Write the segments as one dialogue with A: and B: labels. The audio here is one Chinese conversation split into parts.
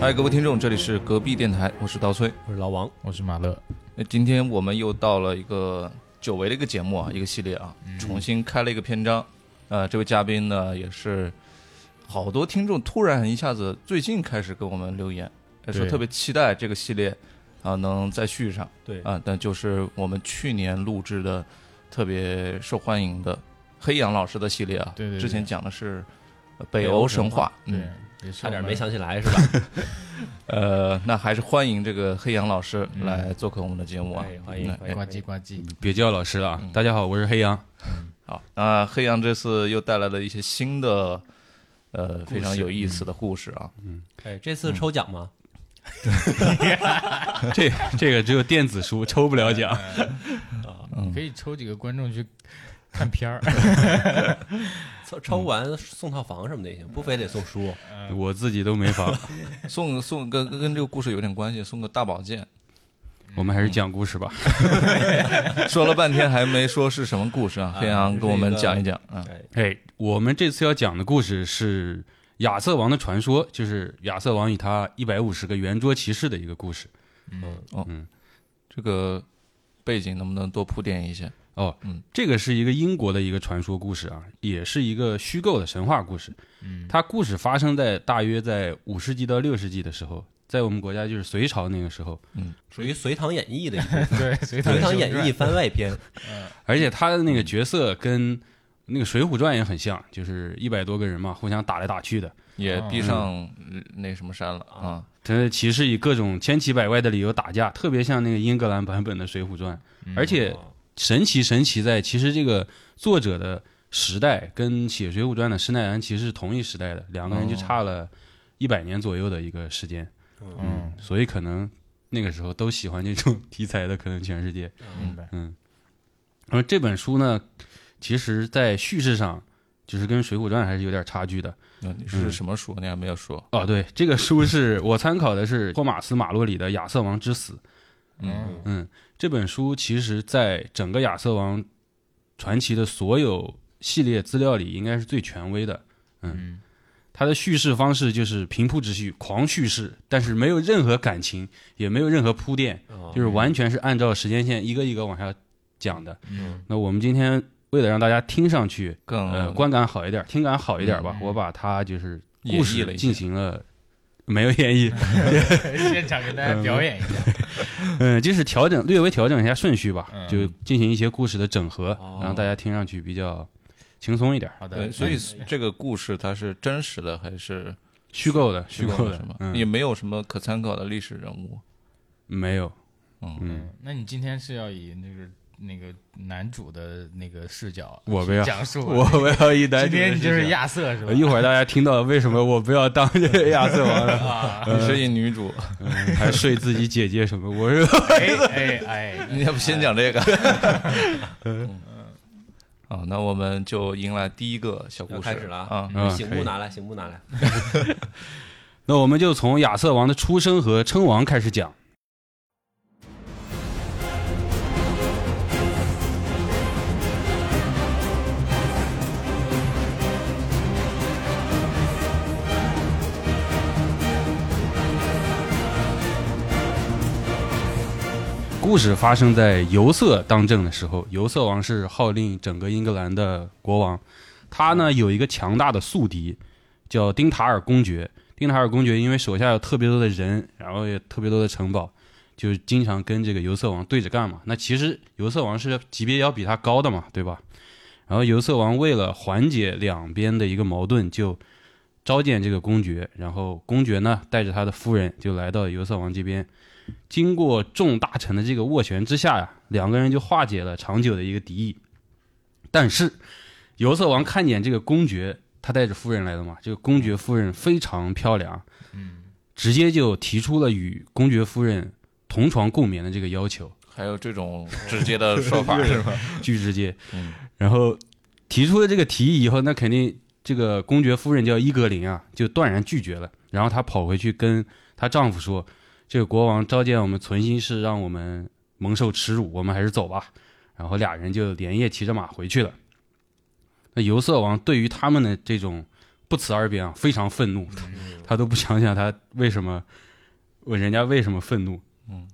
A: 嗨，各位听众，这里是隔壁电台，我是刀崔。
B: 我是老王，
C: 我是马乐，
A: 那今天我们又到了一个久违的一个节目啊，一个系列啊，重新开了一个篇章。呃，这位嘉宾呢，也是好多听众突然一下子最近开始给我们留言，说
C: 对
A: 特别期待这个系列啊能再续上
B: 对，
A: 啊。但就是我们去年录制的特别受欢迎的黑羊老师的系列啊，
C: 对对对
A: 之前讲的是呃北
B: 北
A: 欧
B: 欧
A: 神
B: 神
A: 话，
C: 对
A: 嗯，，
C: 也是
B: 差点
C: 我们
B: 没想起来是吧？
A: 呃，那还是欢迎这个黑羊老师来做客我们的节目啊
B: 哎，欢迎
A: 嗯
B: 欢
A: 哎
B: 迎
C: 呱唧呱唧，
D: 别叫老师了啊！大家好，我是黑羊。
A: 好，那黑羊这次又带来了一些新的，呃，非常有意思的故事啊。
B: 哎，这次抽奖吗？
D: 这这个只有电子书抽不了奖。
A: 嗯
C: 可以抽几个观众去看片儿。
B: 抽抽完送套房什么的也行，不非得送书。
D: 我自己都没法，
A: 送送跟跟跟这个故事有点关系，送个大宝剑。
D: 我们还是讲故事吧。
A: 说了半天还没说是什么故事啊，
B: 啊
A: 黑羊给我们讲一讲啊。
B: 哎，
D: 哎，我们这次要讲的故事是亚瑟王的传说，就是亚瑟王与他一百五十个圆桌骑士的一个故事。
B: 嗯，
A: 这个背景能不能多铺垫一些？
D: 哦，
A: 嗯
D: 这个是一个英国的一个传说故事啊，也是一个虚构的神话故事。嗯，它故事发生在大约在五世纪到六世纪的时候，在我们国家就是隋朝那个时候。
B: 属于《隋唐演义》的一部，《
C: 对，《隋唐
B: 隋唐
C: 手
B: 演
C: 传
B: 义》番外篇。
D: 而且他的那个角色跟那个《水浒传》也很像，就是一百多个人嘛，互相打来打去的。
A: 也
C: 哦
A: 逼上嗯那什么山了啊？
D: 他的骑士以各种千奇百怪的理由打架，特别像那个英格兰版本的《水浒传》。而且神奇神奇在，其实这个作者的时代跟写《水浒传》的施耐庵其实是同一时代的，两个人就差了一百年左右的一个时间。
C: 嗯，
D: 所以可能那个时候都喜欢这种题材的，可能全世界。
C: 明白。
D: 嗯，那么这本书呢，其实在叙事上就是跟《水浒传》还是有点差距的。
A: 那你是什么书？你还没有说。
D: 哦，对，这个书是我参考的是托马斯·马洛里的《亚瑟王之死》。
A: 嗯
D: 嗯，这本书其实在整个亚瑟王传奇的所有系列资料里，应该是最权威的。嗯，它的叙事方式就是平铺直叙、狂叙事，但是没有任何感情，也没有任何铺垫，
B: 哦
D: 就是完全是按照时间线一个一个往下讲的。
C: 嗯，
D: 那我们今天为了让大家听上去
A: 更
D: 呃观感好一点，听感好一点吧
C: 嗯，嗯
D: 我把它就是
A: 演
D: 故
A: 绎了
D: 事
A: 一
D: 进
A: 下
D: 行了没有演绎，
C: 现场给大家表演一下。
D: 嗯，就是调整略微调整一下顺序吧，
C: 嗯
D: 就进行一些故事的整合
B: 哦，
D: 让大家听上去比较轻松一点。
C: 好的
A: 对，，呃所以这个故事它是真实的还是
D: 虚构的，虚构
A: 的
D: 的
A: 什么，？也
D: 嗯，
A: 没有什么可参考的历史人物。
D: 没有，
A: 嗯，
D: 嗯，
C: 嗯，那你今天是要以那个那个男主的那个视角
D: 我不要，
C: 讲述
D: 我
C: 啊，
D: 不要哎一单。
C: 今天你就是，亚瑟是吧？
D: 呃一会儿大家听到为什么我不要当这个亚瑟王 了，
C: 啊，
A: 你是一女 主，
D: 嗯还睡自己姐姐什么？我是
C: 哎哎哎，
A: 你要不先讲这个？
D: 呃
A: 嗯，好，那我们就迎来第一个小故
B: 要
A: 事，
B: 开始了
A: 啊！
D: 嗯
B: 醒
D: 可
B: 目
D: 以
B: 拿来，醒目拿来。
D: 那我们就从亚瑟王的出生和称王开始讲。故事发生在尤瑟当政的时候，尤瑟王是号令整个英格兰的国王。他呢有一个强大的宿敌，叫丁塔尔公爵。丁塔尔公爵因为手下有特别多的人，然后也特别多的城堡，就经常跟这个尤瑟王对着干嘛。那其实尤瑟王是级别要比他高的嘛，对吧？然后尤瑟王为了缓解两边的一个矛盾，就召见这个公爵，然后公爵呢带着他的夫人就来到尤瑟王这边。经过众大臣的这个斡旋之下呀，两个人就化解了长久的一个敌意。但是尤瑟王看见这个公爵，他带着夫人来的嘛，这个公爵夫人非常漂亮，嗯，直接就提出了与公爵夫人同床共眠的这个要求。
A: 还有这种直接的说 法是吧？
D: 巨直接
A: 嗯。
D: 然后提出了这个提议以后，那肯定这个公爵夫人叫伊格琳啊，就断然拒绝了。然后她跑回去跟她丈夫说：“这个国王召见我们，存心是让我们蒙受耻辱，我们还是走吧。”然后俩人就连夜骑着马回去了。那尤瑟王对于他们的这种不辞而别啊，非常愤怒，他他都不想想他为什么，我人家为什么愤怒，
A: 嗯，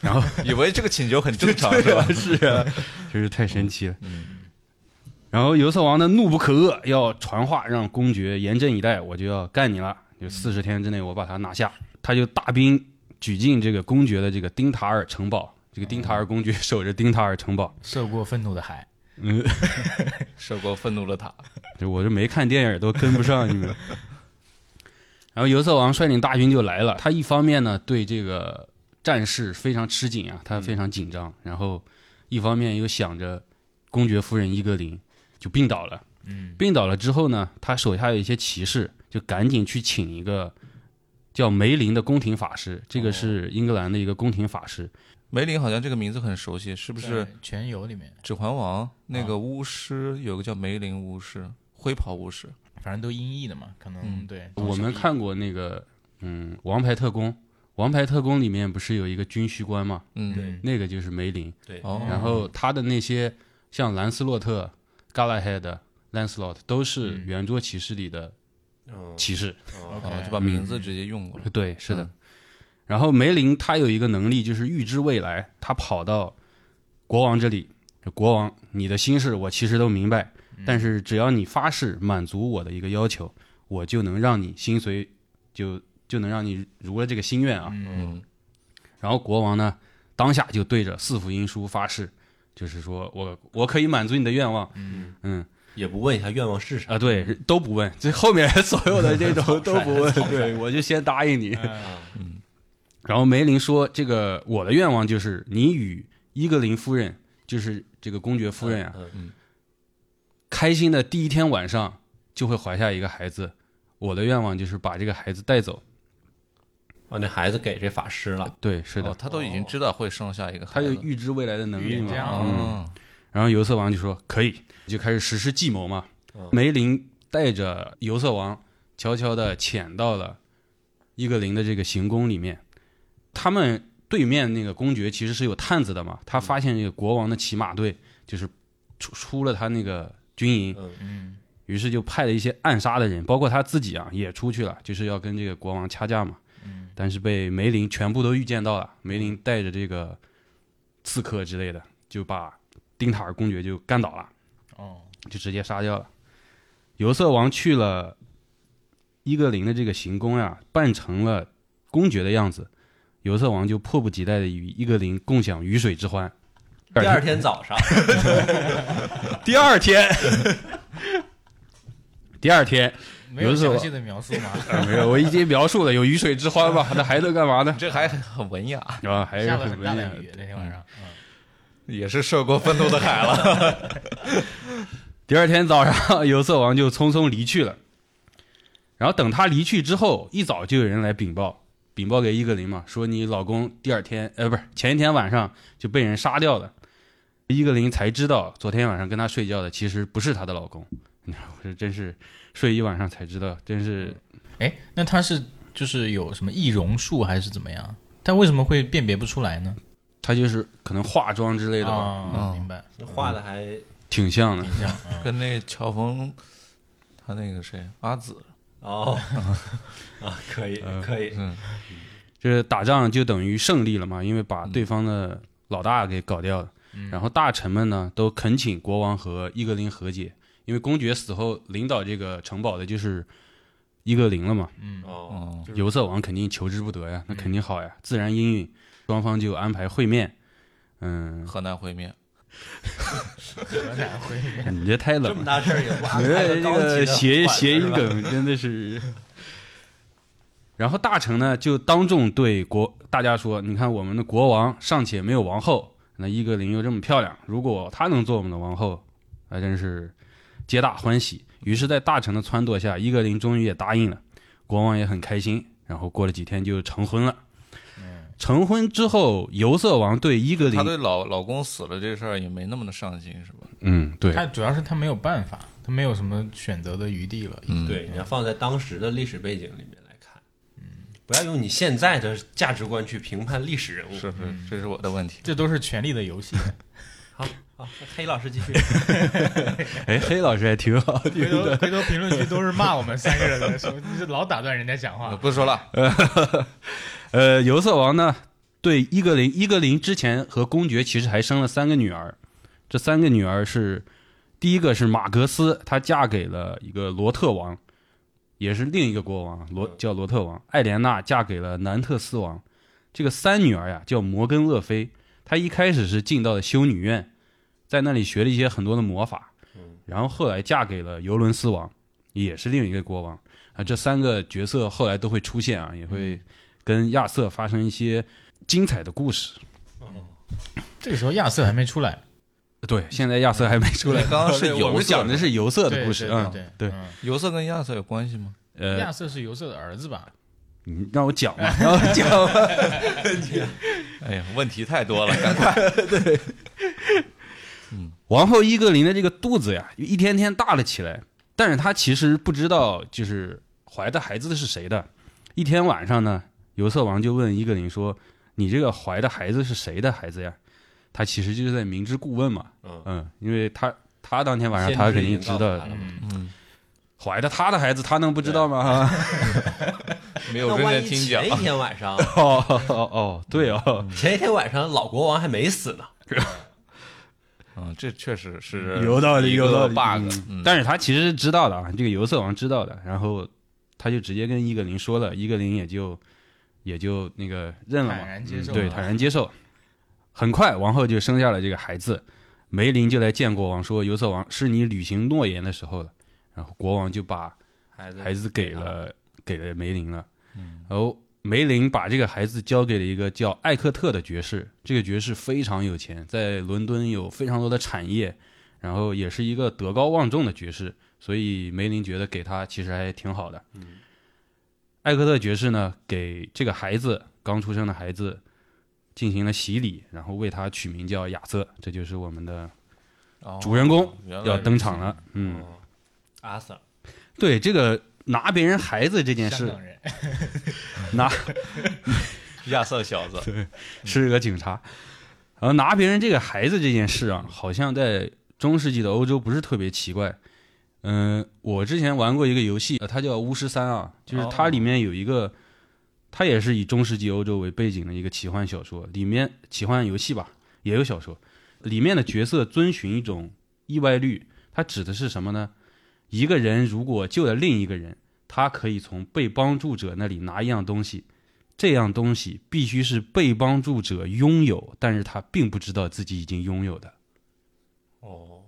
D: 然后
A: 以为这个请求很正常是吧？
D: 是啊， 真是太神奇了。
A: 嗯
D: 然后游色王呢怒不可遏，要传话让公爵严阵以待，我就要干你了，就四十天之内我把他拿下。他就大兵举进这个公爵的这个丁塔尔城堡，这个丁塔尔公爵守着丁塔尔城堡。
C: 涉过愤怒的海，
D: 嗯，
A: 涉过愤怒的塔，
D: 这我这没看电影都跟不上你们。 然后游色王率领大军就来了，他一方面呢对这个战事非常吃紧啊，他非常紧张，然后一方面又想着公爵夫人伊格林就病倒了，
C: 嗯，
D: 病倒了之后呢，他手下有一些骑士就赶紧去请一个叫梅林的宫廷法师，这个是英格兰的一个宫廷法师，
A: 梅林好像这个名字很熟悉，是不是《
C: 在全游里面，
A: 指环王》
B: 啊
A: 那个巫师有个叫梅林巫师，灰袍巫师，
C: 反正都音译的嘛，可能、
A: 嗯
C: 对。
E: 哦
D: 我们看过那个嗯《王牌特工》，《王牌特工》里面不是有一个军需官嘛，
A: 嗯，
C: 对，
D: 那个就是梅林。
B: 对，
A: 哦，
D: 然后他的那些像兰斯洛特、嘎拉黑的、Lancelot 都是
C: 嗯
D: 圆桌骑士里的
B: 嗯，
D: 骑士。
B: 哦
A: 啊
C: OK
A: 就把名字直接用过来，
D: 对，嗯是的。
A: 嗯
D: 然后梅林他有一个能力，就是预知未来。他跑到国王这里，国王，你的心事我其实都明白，但是只要你发誓满足我的一个要求，我就能让你心随，就就能让你如了这个心愿啊。
C: 嗯
A: 嗯，
D: 然后国王呢，当下就对着四福音书发誓，就是说我我可以满足你的愿望。
C: 嗯，
D: 嗯
B: 也不问一下愿望是啥，
D: 啊，对，都不问，这后面 所有的这种都不问，对我就先答应你。
A: 嗯
D: 然后梅林说：“这个我的愿望就是你与伊格林夫人，就是这个公爵夫人啊，
B: 嗯，
D: 开心的第一天晚上就会怀下一个孩子。我的愿望就是把这个孩子带走。
B: 把哦那孩子给这法师了，
D: 对，是的，
A: 哦他都已经知道会生下一个
D: 他
A: 孩
D: 有
A: 子，
D: 预知未来的能
C: 预
D: 力
C: 言
D: 嘛。
C: 家
D: 嗯
A: 哦，
D: 然后游色王就说可以，就开始实施计谋嘛
B: 嗯。
D: 梅林带着游色王悄悄地潜到了伊格林的这个行宫里面。他们对面那个公爵其实是有探子的嘛，他发现这个国王的骑马队就是出出了他那个军营，
B: 嗯，
C: 嗯
D: 于是就派了一些暗杀的人，包括他自己啊也出去了，就是要跟这个国王掐架嘛。
C: 嗯
D: 但是被梅林全部都预见到了，梅林带着这个刺客之类的，就把丁塔尔公爵就干倒了。
C: 哦，
D: 就直接杀掉了。游色王去了伊格林的这个行宫呀、扮成了公爵的样子，游色王就迫不及待的与伊格林共享鱼水之欢。
B: 第 二天早上，
D: 第二天，第 二天，
C: 没
D: 有
C: 有
D: 的时候
C: 详细的描述吗？
D: 呃、没有，我已经描述了，有鱼水之欢吧？那还能干嘛 呢
A: 你？这还很文雅，
D: 啊，还是
C: 下了
D: 很
C: 很大
D: 文雅
C: 的雨那天晚上，
D: 嗯
A: 也是涉过愤怒的海了，
D: 第二天早上，游色王就匆匆离去了。然后等他离去之后，一早就有人来禀报，禀报给伊格林嘛，说你老公第二天，呃，不是前一天晚上就被人杀掉了。伊格林才知道，昨天晚上跟他睡觉的其实不是她的老公。你看，我这真是睡一晚上才知道，真是
C: 哎、那他是就是有什么易容术还是怎么样？但为什么会辨别不出来呢？
D: 他就是可能化妆之类的吧，
C: 啊、
A: 嗯
C: 明白，
B: 画的还
D: 挺像的
C: 挺。像，嗯
A: 跟那乔峰，他那个谁阿紫，
B: 哦啊，可以可以，
A: 嗯，
D: 就是打仗就等于胜利了嘛，因为把对方的老大给搞掉了。然后大臣们呢都恳请国王和伊格林和解，因为公爵死后领导这个城堡的就是伊格林了嘛，
B: 哦，
A: 哦，
D: 游色王肯定求之不得呀，那肯定好呀，自然应允。双方就安排会面。嗯，
A: 河南烩面，
C: 河南会
D: 你这太
B: 这
D: 冷
B: 么
D: 了，
B: 大事儿也不安排
D: 你这
B: 个
D: 哎这
B: 高级
D: 个
B: 的
D: 谐
B: 馆子
D: 谐音
B: 是吧，
D: 梗真的是。 然后大臣呢就当众对国大家说：“你看我们的国王尚且没有王后，那伊格林又这么漂亮，如果她能做我们的王后，那真是皆大欢喜。”于是，在大臣的撺掇下，伊格林终于也答应了，国王也很开心。然后过了几天就成婚了。成婚之后，游色王对伊格
A: 她对
D: 林，
A: 老老公死了这事儿也没那么的上心，是吧？
D: 嗯， 对，
C: 他主要是他没有办法，他没有什么选择的余地了。
A: 嗯，
B: 对，你要放在当时的历史背景里面来看，嗯，不要用你现在的价值观去评判历史人物，
A: 是是，这是我的问题。
C: 这都是权力的游戏。
B: 好，啊，那黑老师继续。
D: 哎，黑老师还挺好
E: 回头回头评论区都是骂我们三个人的， 说你这老打断人家讲
A: 呃
D: 嗯
E: 话。
A: 不说了，
D: 呃，游色王呢，对伊格林，伊格林之前和公爵其实还生了三个女儿，这三个女儿是，第一个是马格斯，她嫁给了一个罗特王，也是另一个国王，罗叫罗特王。艾莲娜嫁给了南特斯王，这个三女儿呀叫摩根勒菲，她一开始是进到了修女院，在那里学了一些很多的魔法，然后后来嫁给了尤伦斯王，也是另一个国王啊。这三个角色后来都会出现啊，也会跟亚瑟发生一些精彩的故事。
C: 这个时候亚瑟还没出来，
D: 对，现在亚瑟还没出来，
A: 刚刚是
D: 对
A: 游
D: 我们
A: 色
D: 讲的是游瑟的
C: 对
D: 故事
C: 对
D: 啊。
C: 对
D: 对，
C: 嗯
A: 游色跟亚瑟有关系吗？
D: 呃，
C: 亚瑟是游瑟的儿子吧？
D: 你让我讲 嘛，让我讲嘛。
A: 哎呀，问题太多了，赶快。
D: 王后伊格琳的这个肚子呀，一天天大了起来，但是她其实不知道就是怀的孩子是谁的。一天晚上呢，游瑟王就问伊格琳说：“你这个怀的孩子是谁的孩子呀？”他其实就是在明知故问嘛，
B: 嗯
D: 嗯，因为他他当 天晚上他肯定知道
C: 嗯，
A: 嗯，
D: 怀的他的孩子，他能不知道吗？
A: 没
B: 那
A: 有认
B: 万
A: 真
B: 一
A: 听讲
B: 前一天晚上，
D: 哦哦哦，对哦，
B: 前一天晚上老国王还没死呢，
A: 嗯，这确实是
D: 有道理
A: 一个
D: 有道理
A: bug，嗯
D: 但是他其实是知道的啊，这个游瑟王知道的，然后他就直接跟伊格琳说了，伊格琳也就也就那个认了
E: 坦
D: 嘛，嗯
E: 然接受了，
D: 对，坦然接受。很快，王后就生下了这个孩子，梅林就来见国王说：“游瑟王，是你履行诺言的时候了。”然后国王就把
B: 孩子
D: 嗯孩子给了给了梅林了，
A: 嗯
D: 然后梅林把这个孩子交给了一个叫艾克特的爵士，这个爵士非常有钱，在伦敦有非常多的产业，然后也是一个德高望重的爵士，所以梅林觉得给他其实还挺好的。
A: 嗯
D: 艾克特爵士呢，给这个孩子刚出生的孩子进行了洗礼，然后为他取名叫亚瑟，这就是我们的
A: 哦
D: 主人公
A: 原来
D: 要登场了。嗯，
B: 哦阿 Sir，
D: 对这个拿别人孩子这件
E: 香
D: 事，
E: 港人，
D: 拿
A: 亚瑟小子，
D: 是个警察。然后拿别人这个孩子这件事啊，好像在中世纪的欧洲不是特别奇怪。嗯、我之前玩过一个游戏，呃它叫《巫师三》啊，就是它
E: 哦
D: 里面有一个，它也是以中世纪欧洲为背景的一个奇幻小说，里面奇幻游戏吧，也有小说，里面的角色遵循一种意外律，它指的是什么呢？一个人如果救了另一个人，他可以从被帮助者那里拿一样东西，这样东西必须是被帮助者拥有，但是他并不知道自己已经拥有的。
B: 哦，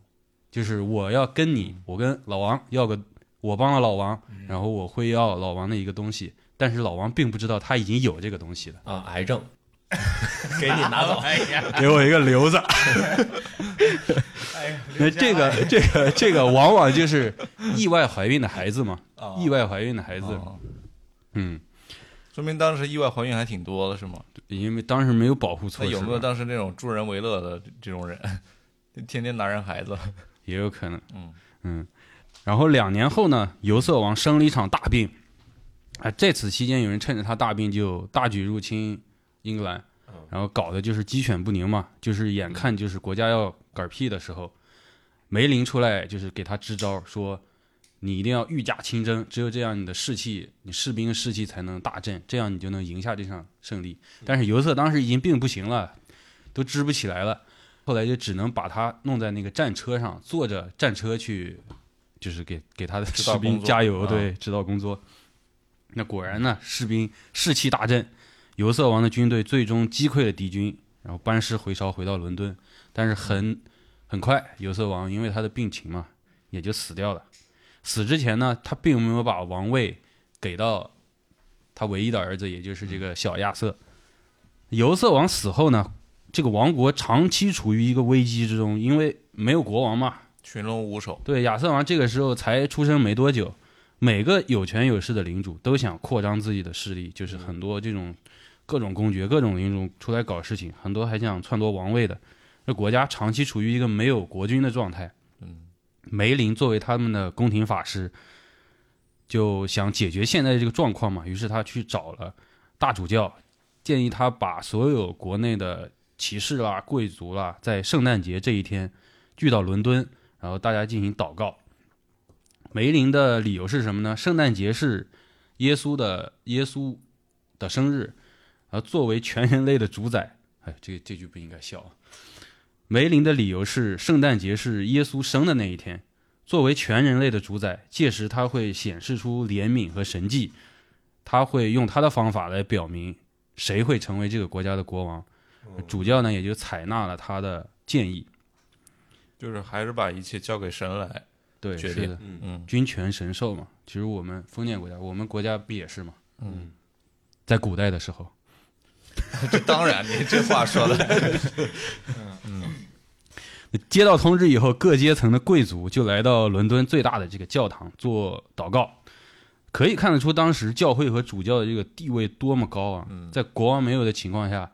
D: 就是我要跟你，我跟老王要个，我帮了老王，然后我会要老王的一个东西，但是老王并不知道他已经有这个东 西了，
B: 啊，癌症，给你拿走，
E: 哎呀，
D: 给我一个留子。
E: 哎呀，
D: 那这个这个这个往往就是意外怀孕的孩子嘛，
A: 哦
D: 意外怀孕的孩子，
A: 哦
D: 嗯，
A: 说明当时意外怀孕还挺多的，是吗？
D: 因为当时没有保护措
A: 那
D: 施嘛，
A: 有没有当时那种助人为乐的这种人， 天天拿人孩子？
D: 也有可能，
A: 嗯
D: 嗯。然后两年后呢，游瑟王生了一场大病，啊，这次期间有人趁着他大病就大举入侵英格兰，然后搞的就是鸡犬不宁嘛，就是眼看就是国家要嗝屁的时候，梅林出来就是给他支招，说你一定要御驾亲征，只有这样你的士气，你士兵的士气才能大振，这样你就能赢下这场胜利。但是游瑟当时已经病不行了，都支不起来了。后来就只能把他弄在那个战车上，坐着战车去，就是给给他的
A: 指导
D: 士兵
A: 工作
D: 加油，
A: 啊
D: 对，指导工作。那果然呢，士兵士气大振，游瑟王的军队最终击溃了敌军，然后班师回朝回到伦敦。但是很很快，游瑟王因为他的病情嘛，也就死掉了。死之前呢，他并没有把王位给到他唯一的儿子，也就是这个小亚瑟。游瑟王死后呢，这个王国长期处于一个危机之中，因为没有国王嘛。
A: 群龙无首，
D: 对，亚瑟王这个时候才出生没多久，每个有权有势的领主都想扩张自己的势力，就是很多这种各种公爵、各种领主出来搞事情，很多还想篡夺王位的。这国家长期处于一个没有国君的状态。
A: 嗯，
D: 梅林作为他们的宫廷法师，就想解决现在的这个状况嘛，于是他去找了大主教，建议他把所有国内的骑士啦、贵族啦，在圣诞节这一天聚到伦敦，然后大家进行祷告。梅林的理由是什么呢？圣诞节是耶稣的耶稣的生日，而作为全人类的主宰，哎，这个这句不应该笑啊。梅林的理由是，圣诞节是耶稣生的那一天，作为全人类的主宰，届时他会显示出怜悯和神迹，他会用他的方法来表明谁会成为这个国家的国王。
A: 哦
D: 主教呢也就采纳了他的建议，
A: 就是还是把一切交给神来。
D: 对，
A: 决
D: 是
A: 定
D: 的，
A: 嗯，
D: 君权神授嘛。其实我们封建国家，我们国家不也是嘛？
A: 嗯，
D: 在古代的时候，
A: 这当然，你这话说的，
D: 接到通知以后，各阶层的贵族就来到伦敦最大的这个教堂做祷告。可以看得出当时教会和主教的这个地位多么高啊！在国王没有的情况下，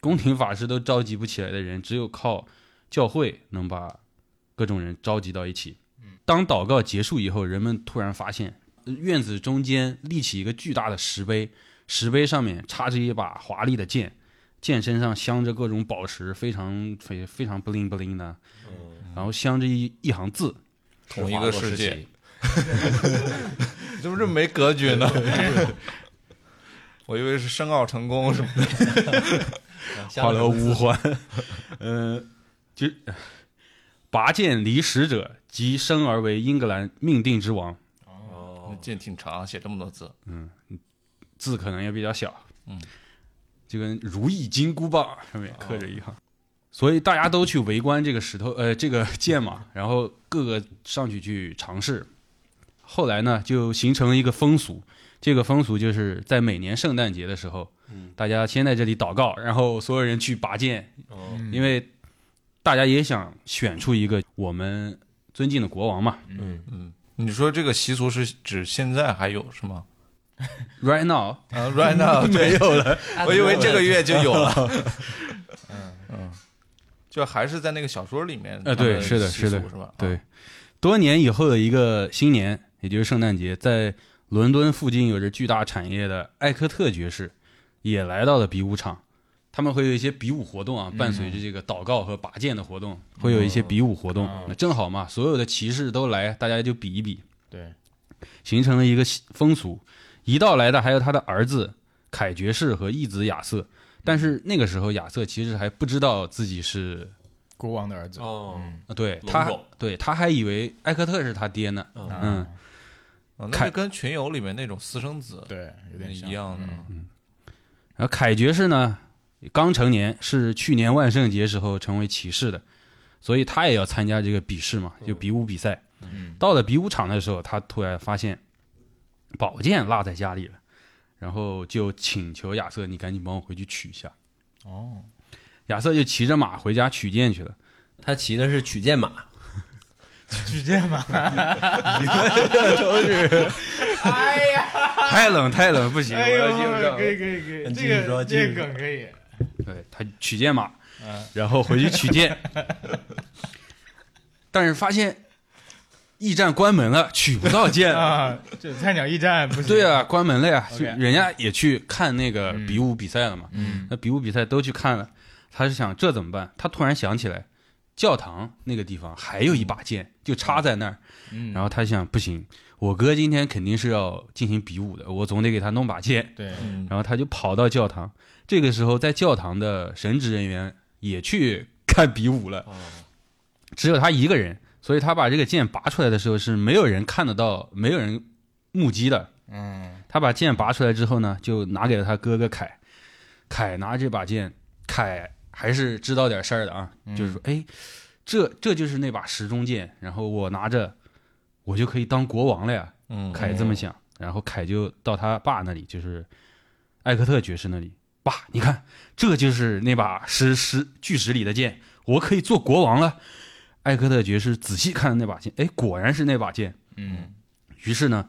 D: 宫廷法师都召集不起来的人，只有靠教会能把各种人召集到一起。当祷告结束以后，人们突然发现呃院子中间立起一个巨大的石碑，石碑上面插着一把华丽的剑，剑身上镶着各种宝石，非常非非常 bling bling 的，然后镶着一一行字，
A: 同一个世
B: 是华
A: 界
B: 国，
A: 你怎么 这么没格局呢？ 我以为是申奥成功什么的，
D: 画了个五环， 呃，就拔剑离石者，即生而为英格兰命定之王。
B: 哦，
A: 剑挺长，写这么多字，
D: 字可能也比较小，
A: 嗯，
D: 就跟“如意金箍棒”上面刻着一
B: 哦
D: 行，所以大家都去围观这个石头，呃，这个剑嘛， 然后各个上去去尝试。后来呢，就形成了一个风俗，这个风俗就是在每年圣诞节的时候，
B: 嗯
D: 大家先在这里祷告，然后所有人去拔剑，
B: 哦
D: 因为大家也想选出一个我们尊敬的国王嘛。
B: 嗯，
A: 嗯，你说这个习俗是指现在还有是吗？
D: Right now，
A: 啊，right now 没有了，我以为这个月就有了。嗯 嗯，就还是在那个小说里面，
D: 呃对
A: 他们
D: 是的
A: 习俗
D: 是的
B: 啊
A: 是吧？啊
D: 对，多年以后的一个新年，也就是圣诞节，在伦敦附近有着巨大产业的艾科特爵士也来到了比武场。他们会有一些比武活动
B: 嗯
D: 啊，伴随着这个祷告和拔剑的活动，会有一些比武活动。
B: 嗯
D: 那正好嘛，所有的骑士都来，大家就比一比，
E: 对，
D: 形成了一个风俗。一道来的还有他的儿子凯爵士和义子亚瑟，但是那个时候亚瑟其实还不知道自己是
E: 国王的儿子，
B: 哦，
C: 嗯
D: 啊，对
B: 龙
D: 他
B: 种，
D: 对他还以为艾科特是他爹呢。
B: 嗯
D: 嗯，
A: 啊，那
D: 看
A: 就跟群游里面那种私生子
E: 对，有点像
A: 一样的，啊
E: 嗯
D: 然后凯爵士呢，刚成年，是去年万圣节时候成为骑士的，所以他也要参加这个比试嘛，就比武比赛。
E: 嗯
D: 到了比武场的时候，他突然发现宝剑落在家里了，然后就请求亚瑟，你赶紧帮我回去取一下。
E: 哦，
D: 亚瑟就骑着马回家取剑去 了。
B: 他骑的是曲剑马，
E: 举剑嘛，
D: 太冷太冷，不行，我
E: 哎
D: 要
E: 呦
D: 用上。
E: 可以可以可以，
B: 继
E: 这
B: 续说
E: 个
B: 继续
E: 这个梗可以，
D: 对他取剑马，
E: 嗯
D: 然后回去取 剑，但是发现驿站关门了，取不到 剑了。
E: 啊，这菜鸟驿站不行，
D: 嗯对，啊，关门了呀，就
E: OK
D: 人家也去看那个比武比赛了嘛。
E: 嗯，
D: 那比武比赛都去看了，他是想这怎么办？他突然想起来，教堂那个地方还有一把剑，就插在那儿。
E: 嗯
D: 然后他想，不行，我哥今天肯定是要进行比武的，我总得给他弄把剑。
E: 对，
A: 嗯，
D: 然后他就跑到教堂。这个时候，在教堂的神职人员也去看比武了，只有他一个人，所以他把这个剑拔出来的时候是没有人看得到，没有人目击的。
E: 嗯
D: 他把剑拔出来之后呢，就拿给了他哥哥凯。凯拿这把剑，凯还是知道点事儿的啊，就是说，哎，这这就是那把时钟剑，然后我拿着，我就可以当国王了呀。
A: 嗯，
D: 凯这么想，然后凯就到他爸那里，就是艾克特爵士那里。爸，你看，这就是那把石石巨石里的剑，我可以做国王了。艾克特爵士仔细看了那把剑，哎，果然是那把剑。
E: 嗯
D: 于是呢，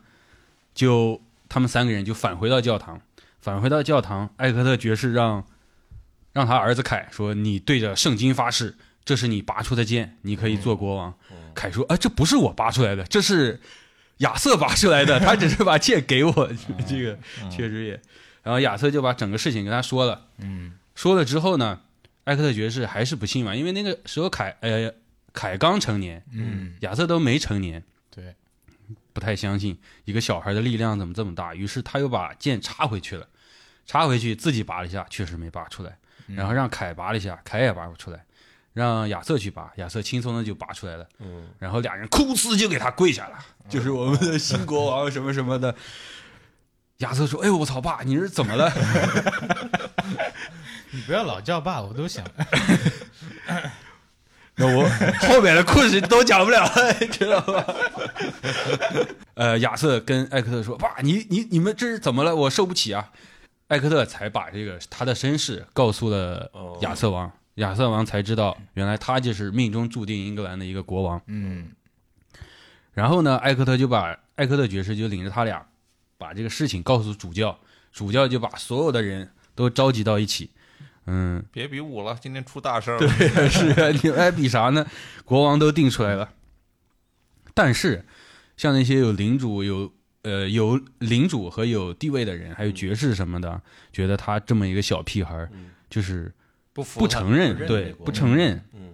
D: 就他们三个人就返回到教堂，返回到教堂，艾克特爵士让让他儿子凯说：“你对着圣经发誓，这是你拔出的剑，
A: 嗯
D: 你可以做国王。凯说：“啊，这不是我拔出来的，这是亚瑟拔出来的，他只是把剑给我。这个确实也。”然后亚瑟就把整个事情跟他说了。
E: 嗯
D: 说了之后呢，艾克特爵士还是不信嘛，因为那个时候凯呃凯刚成年，
C: 嗯，
D: 亚瑟都没成年，
C: 对，
D: 不太相信一个小孩的力量怎么这么大，于是他又把剑插回去了，插回去自己拔了一下，确实没拔出来，然后让凯拔了一下，凯也拔不出来，让亚瑟去拔，亚瑟轻松的就拔出来了，
B: 嗯，
D: 然后俩人哭呲就给他跪下了，就是我们的新国王什么什么的。亚瑟说：“哎呦，我操，爸，你是怎么了？
E: 你不要老叫爸，我都想，
D: 那 我后面的故事都讲不了 了，你知道吧？呃，亚瑟跟艾克特说：“爸，你你你们这是怎么了？我受不起啊！”艾克特才把这个他的身世告诉了
B: 哦
D: 亚瑟王，亚瑟王才知道原来他就是命中注定英格兰的一个国王。
C: 嗯
D: 然后呢，艾克特就把艾克特爵士就领着他俩把这个事情告诉主教，主教就把所有的人都召集到一起。嗯，
A: 别比武了，今天出大事儿了。
D: 对，是 啊，你们爱比啥呢？国王都定出来了，但是像那些有领主、有呃有领主和有地位的人，还有爵士什么的，觉得他这么一个小屁孩儿，
B: 嗯
D: 就是
B: 不服
D: 不承认，对，
B: 美国
D: 不承认，
B: 嗯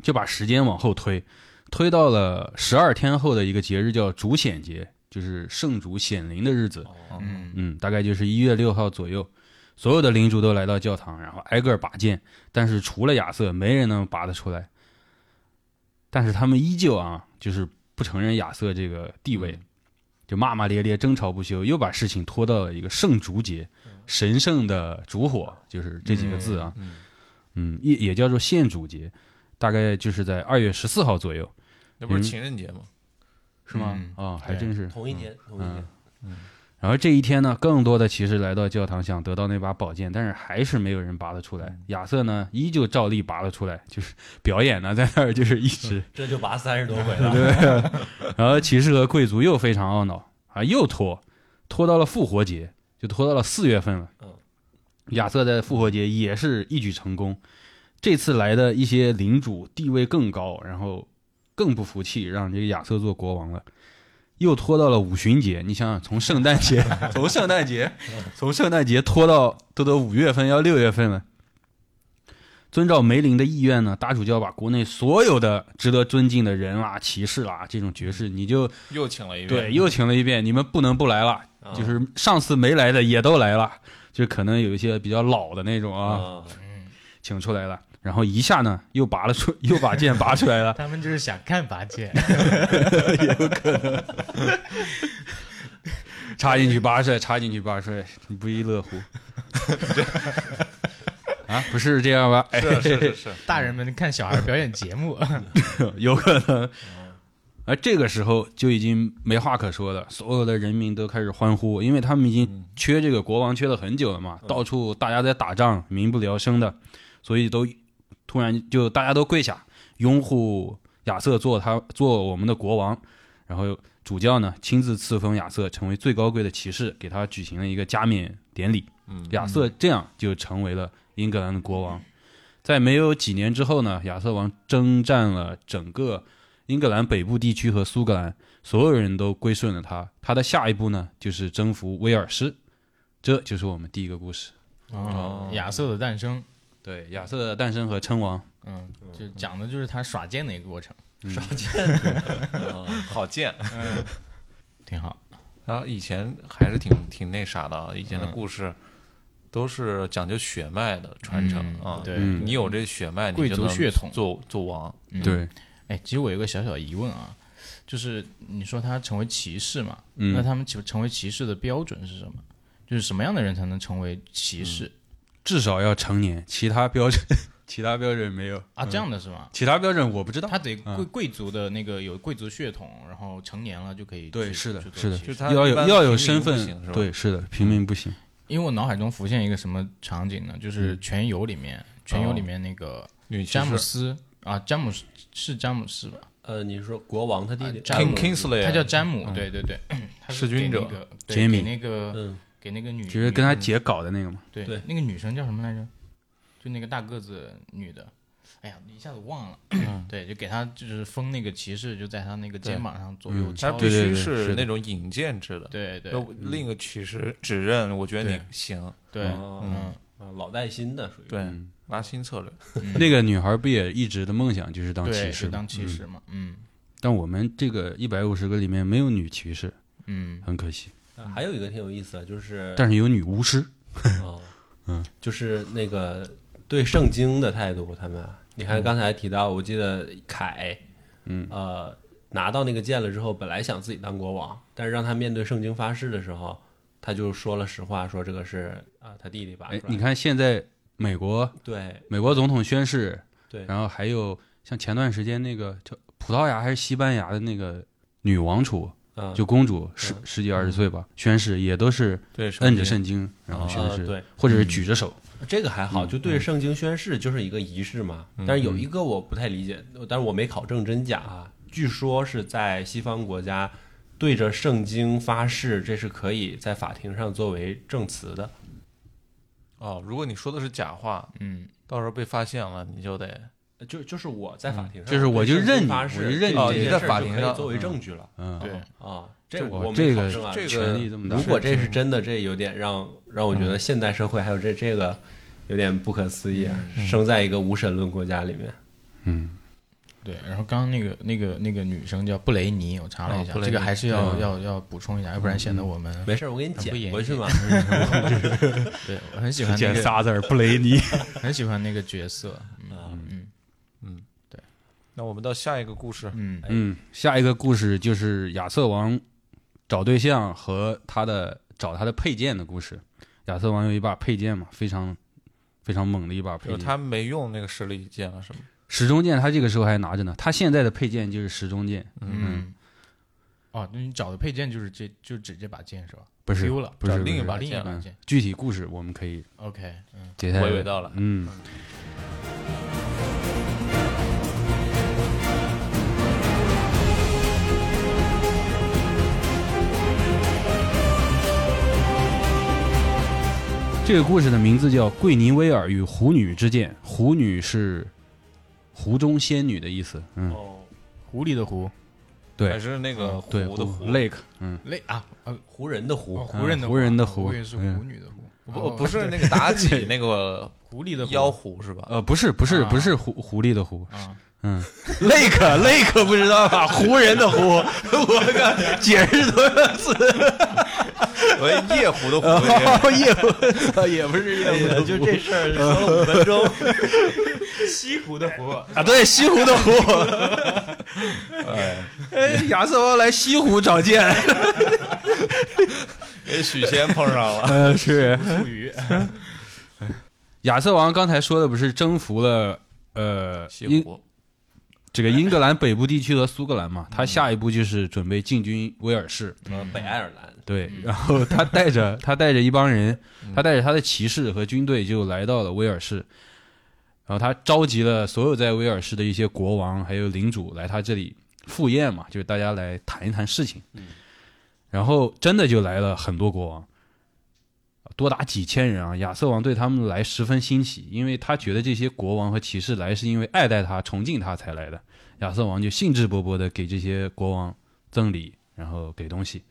D: 就把时间往后推，推到了十二天后的一个节日，叫主显节，就是圣主显灵的日子。
B: 哦
C: 嗯
D: 嗯，大概就是一月六号左右，所有的领主都来到教堂，然后挨个儿拔剑，但是除了亚瑟，没人能拔得出来。但是他们依旧啊，就是不承认亚瑟这个地位，就骂骂咧咧，争吵不休，又把事情拖到了一个圣烛节，神圣的烛火，就是这几个字啊，
A: 嗯
D: 嗯，也也叫做献烛节，大概就是在二月十四号左右，
A: 那不是情人节吗？
D: 是吗？
C: 嗯
D: 啊，还
C: 对
D: 真是
B: 同一天，同一
D: 嗯
B: 天，，
D: 然后这一天呢，更多的骑士来到教堂，想得到那把宝剑，但是还是没有人拔得出来。亚瑟呢，依旧照例拔了出来，就是表演呢，在那儿就是一直。
B: 这就拔三十多回了。
D: 然后骑士和贵族又非常懊恼啊，又拖，拖到了复活节，就拖到了四月份了
B: 嗯。
D: 亚瑟在复活节也是一举成功。这次来的一些领主地位更高，然后更不服气，让这个亚瑟做国王了。又拖到了五旬节，你想想，从圣诞节，从圣诞节，从圣诞节拖到都都五月份，要六月份了。遵照梅林的意愿呢，大主教把国内所有的值得尊敬的人啦、骑士啦、这种爵士，你就
A: 又请了一遍。
D: 对又请了一遍，你们不能不来了，
B: 啊
D: 就是上次没来的也都来了，就可能有一些比较老的那种啊，
B: 啊，
D: 请出来了。然后一下呢，又拔了出， 又把剑拔出 来了。
E: 他们就是想看拔剑，
D: 插进去八帅，插进去八帅，你不亦乐乎？ 啊，不是这样吧？哎，
A: 是是是 是，
E: 大人们看小孩表演节目，
D: 有可能。而这个时候就已经没话可说了，所有的人民都开始欢呼，因为他们已经缺这个国王缺了很久了嘛，到处大家在打仗，民不聊生的，所以都突然就大家都跪下拥护亚瑟做他做我们的国王，然后主教呢亲自赐封亚瑟成为最高贵的骑士，给他举行了一个加冕典礼。
A: 嗯
D: 亚瑟这样就成为了英格兰的国王。在没有几年之后呢，亚瑟王征战了整个英格兰北部地区和苏格兰，所有人都归顺了他。他的下一步呢，就是征服威尔士。这就是我们第一个故事，
A: 哦
E: 嗯亚瑟的诞生，
D: 对亚瑟的诞生和称王。
E: 嗯，就讲的就是他耍剑的一个过程，
B: 少见，啊
A: 好 贱
E: 挺好。
A: 啊！以前还是挺挺那啥的啊，以前的故事都是讲究血脉的传承
E: 嗯
A: 啊。
E: 对
D: 嗯
A: 你有这血脉，你
E: 贵
A: 就
E: 族
A: 能
E: 血统
A: 做做王。
E: 嗯，
D: 对，
E: 哎，其实我有个小小疑问啊，就是你说他成为骑士嘛，
D: 嗯
E: 那他们成成为骑士的标准是什么？就是什么样的人才能成为骑士、
D: 至少要成年，其他标准， 其他标准没有，
E: 啊？这样的是吗？
D: 其他标准我不知道。
E: 他得贵
D: 嗯
E: 贵族的那个有贵族血统，然后成年了就可以去
D: 对是的
E: 去做
D: 是的
E: 骑
A: 就
E: 士
A: 是他
D: 要
A: 一
D: 有
A: 般
D: 要有
A: 平民
D: 身
A: 不行
D: 份
A: 是，吧？嗯
D: 对，是的，平民不行。
E: 因为我脑海中浮现一个什么场景呢？
D: 嗯
E: 就是《全游》里面，《全游》里面那个
A: 女骑
E: 詹姆
A: 士
E: 斯啊，詹姆斯是詹姆斯吧？
B: 呃，你是说国王他弟弟
E: 啊詹姆
A: King Kingsley，
E: 他叫詹姆，
D: 嗯
E: 对对 对，他是
A: 啊弑君
E: 给
A: 者
E: 那个对
D: Jamie
E: 给那个
B: 嗯，
E: 给那个女，
D: 就是跟
A: 嗯
D: 他姐搞的那个嘛，
E: 对
B: 对
E: 那个女生叫什么来着？就那个大个子女的，哎呀，一下子忘了。
D: 嗯
E: 对，就给他就是封那个骑士，就在他那个肩膀上左右
D: 嗯
A: 他
E: 敲。
A: 必
D: 对
A: 须
D: 对是
A: 是哦
D: 的嗯
A: 那种引荐制的。
E: 对对
A: 那另一个骑士指认，我觉得你行。
E: 对，
B: 哦
E: 嗯，
B: 啊，老带新的属于。
A: 对
D: 嗯，
A: 拿新策略，
D: 那个女孩不也一直的梦想就是当骑
E: 对，
D: 士
E: 就
D: 吗？
E: 当骑
D: 嗯
E: 士嘛，嗯
D: 但我们这个一百五十个里面没有女骑士，
E: 嗯，
D: 很可惜。
B: 啊还有一个挺有意思的，就是
D: 但是有女巫师，
B: 哦，
D: 嗯，
B: 就是那个对圣经的态度，他们啊你看刚才提到，我记得凯，
D: 嗯
B: 呃，拿到那个剑了之后，本来想自己当国王，但是让他面对圣经发誓的时候，他就说了实话，说这个是啊、他弟弟拔出
D: 哎
B: 来，的。
D: 你看现在美国
B: 对
D: 美国总统宣誓，
B: 对
D: 然后还有像前段时间那个叫葡萄牙还是西班牙的那个女王储，
B: 嗯，
D: 就公主十
B: 嗯
D: 十几二十岁吧，宣誓也都是
A: 对，
D: 摁着圣经然后宣
B: 呃
D: 誓，
B: 对
D: 或者是举着手。
B: 这个还
D: 嗯
B: 好，就对圣经宣誓就是一个仪式嘛。但是有一个我不太理解，但是我没考证真假啊。据说是在西方国家，对着圣经发誓，这是可以在法庭上作为证词的。
A: 哦，如果你说的是假话，
E: 嗯，
A: 到时候被发现了，你就得
B: 就就是我在法庭上，
D: 嗯就是我就认你
B: 发誓，
D: 我就认
A: 你
B: 这
A: 哦
B: 这件
A: 你在
B: 事
A: 法
B: 就
A: 庭
B: 可以
A: 上
B: 作为
A: 嗯
B: 证据了
D: 嗯，
E: 对，
B: 啊。这
D: 哇
B: 我
D: 这
B: 没考
D: 个
B: 证啊。
A: 这个
D: 权力这么大，
B: 如果这是真的，这有点让让我觉得现代社会还有这这个有点不可思议啊！生在一个无神论国家里面，
D: 嗯，
E: 对。然后刚刚那个那个那个女生叫布雷尼，我查了一
A: 哦
E: 下
A: 布，雷
E: 这个
A: 尼
E: 还是要要要补充一下，要不然显得我们
B: 没事儿，我给你
E: 很不
B: 捡
E: 严
B: 回去 嘛。
E: 对我很喜欢那
D: 见
E: 个
D: 仨字儿布雷尼。
E: 很喜欢那个角色，
A: 那我们到下一个故事，
E: 嗯
D: 嗯，下一个故事就是亚瑟王找对象和他的找他的配件的故事。亚瑟王有一把配件嘛，非常非常猛的一把
A: 就
D: 配
A: 是
D: 件。
A: 他没用那个实啊力剑了，是吗？
D: 时钟剑，他这个时候还拿着呢。他现在的配件就是时钟剑，
E: 嗯。哦，那你找的配件就是这就指这把剑是吧？
D: 不是
E: Q 了，
D: 不是
A: 找
D: 不
A: 另一
D: 是
A: 把
E: 另一
A: 剑
E: 把
D: 嗯
E: 剑。
D: 具体故事我们可以
E: OK，嗯，
D: 接下来
A: 娓娓道来。
D: 嗯，这个故事的名字叫《桂尼威尔与狐女之剑》，狐女是湖中仙女的意思。嗯，
B: 哦，
E: 狐狸的狐，
A: 还
D: 对
A: 是那个湖
D: 对
A: 的湖，
D: ，Lake，嗯，
E: 类啊，呃，
B: 湖人的湖
E: 哦，湖人的
D: 嗯湖人的
E: 啊
D: 湖
E: 我以为是
D: 嗯
E: 狐女的狐，
A: 不
E: 哦
A: 不是那个妲己那个
E: 狐狸的狐
A: 妖狐是吧？
D: 呃，不是，不是，
E: 啊
D: 不是狐狐狸的狐，
E: 啊，
D: 嗯 ，Lake，Lake 不知道吧？湖人的湖， 我个解释多少次？
A: 我夜壶的壶也 是，
D: 夜壶也不是夜壶
B: 哎就这事儿说了五分钟，
E: 西湖的湖，
D: 啊，对，西湖的湖。哎，亚瑟王来西湖找 剑，
A: 给许仙碰上了。
D: 呃， 是
E: 富鱼，
D: 亚瑟王刚才说的不是征服了呃
A: 西
D: 英
A: 湖，
D: 这个英格兰北部地区和苏格兰嘛？他下一步就是准备进军威尔士，
B: 呃北爱尔兰，
D: 对，然后他带着他带着一帮人，他带着他的骑士和军队就来到了威尔士，然后他召集了所有在威尔士的一些国王还有领主来他这里赴宴嘛，就是大家来谈一谈事情。然后真的就来了很多国王，多达几千人啊！亚瑟王对他们来十分欣喜，因为他觉得这些国王和骑士来是因为爱戴他、崇敬他才来的。亚瑟王就兴致勃勃地给这些国王赠礼，然后给东西。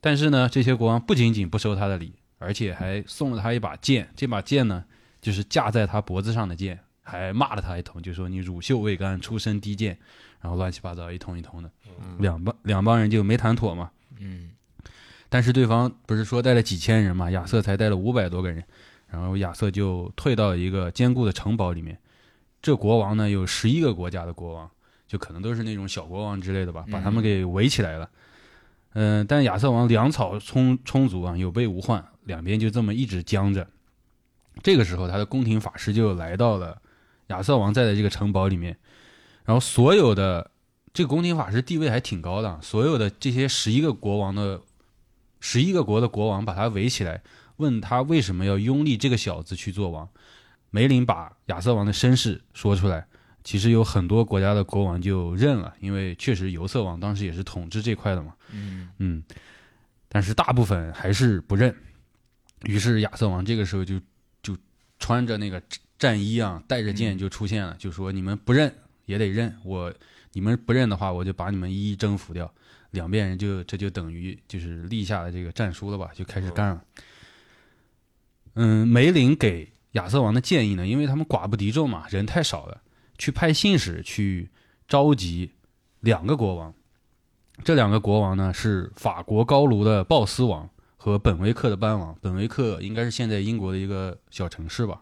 D: 但是呢，这些国王不仅仅不收他的礼，而且还送了他一把剑。这把剑呢，就是架在他脖子上的剑，还骂了他一通，就说你乳臭未干，出身低贱，然后乱七八糟一通一通的。两帮两帮人就没谈妥嘛。
E: 嗯，
D: 但是对方不是说带了几千人嘛，亚瑟才带了五百多个人，然后亚瑟就退到一个坚固的城堡里面。这国王呢有十一个国家的国王，就可能都是那种小国王之类的吧，把他们给围起来了。嗯、但亚瑟王粮草充充足啊，有备无患，两边就这么一直僵着。这个时候，他的宫廷法师就来到了亚瑟王在的这个城堡里面，然后所有的这个宫廷法师地位还挺高的啊，所有的这些十一个国王的十一个国的国王把他围起来，问他为什么要拥立这个小子去做王。梅林把亚瑟王的身世说出来，其实有很多国家的国王就认了，因为确实尤瑟王当时也是统治这块的嘛。
E: 嗯
D: 嗯，但是大部分还是不认。于是亚瑟王这个时候就就穿着那个战衣啊，带着剑就出现了，就说你们不认也得认，我你们不认的话，我就把你们一一征服掉。两边人就这就等于就是立下了这个战书了吧，就开始干了。嗯，梅林给亚瑟王的建议呢，因为他们寡不敌众嘛，人太少了，去派信使去召集两个国王。这两个国王呢是法国高卢的鲍斯王和本维克的班王。本维克应该是现在英国的一个小城市吧？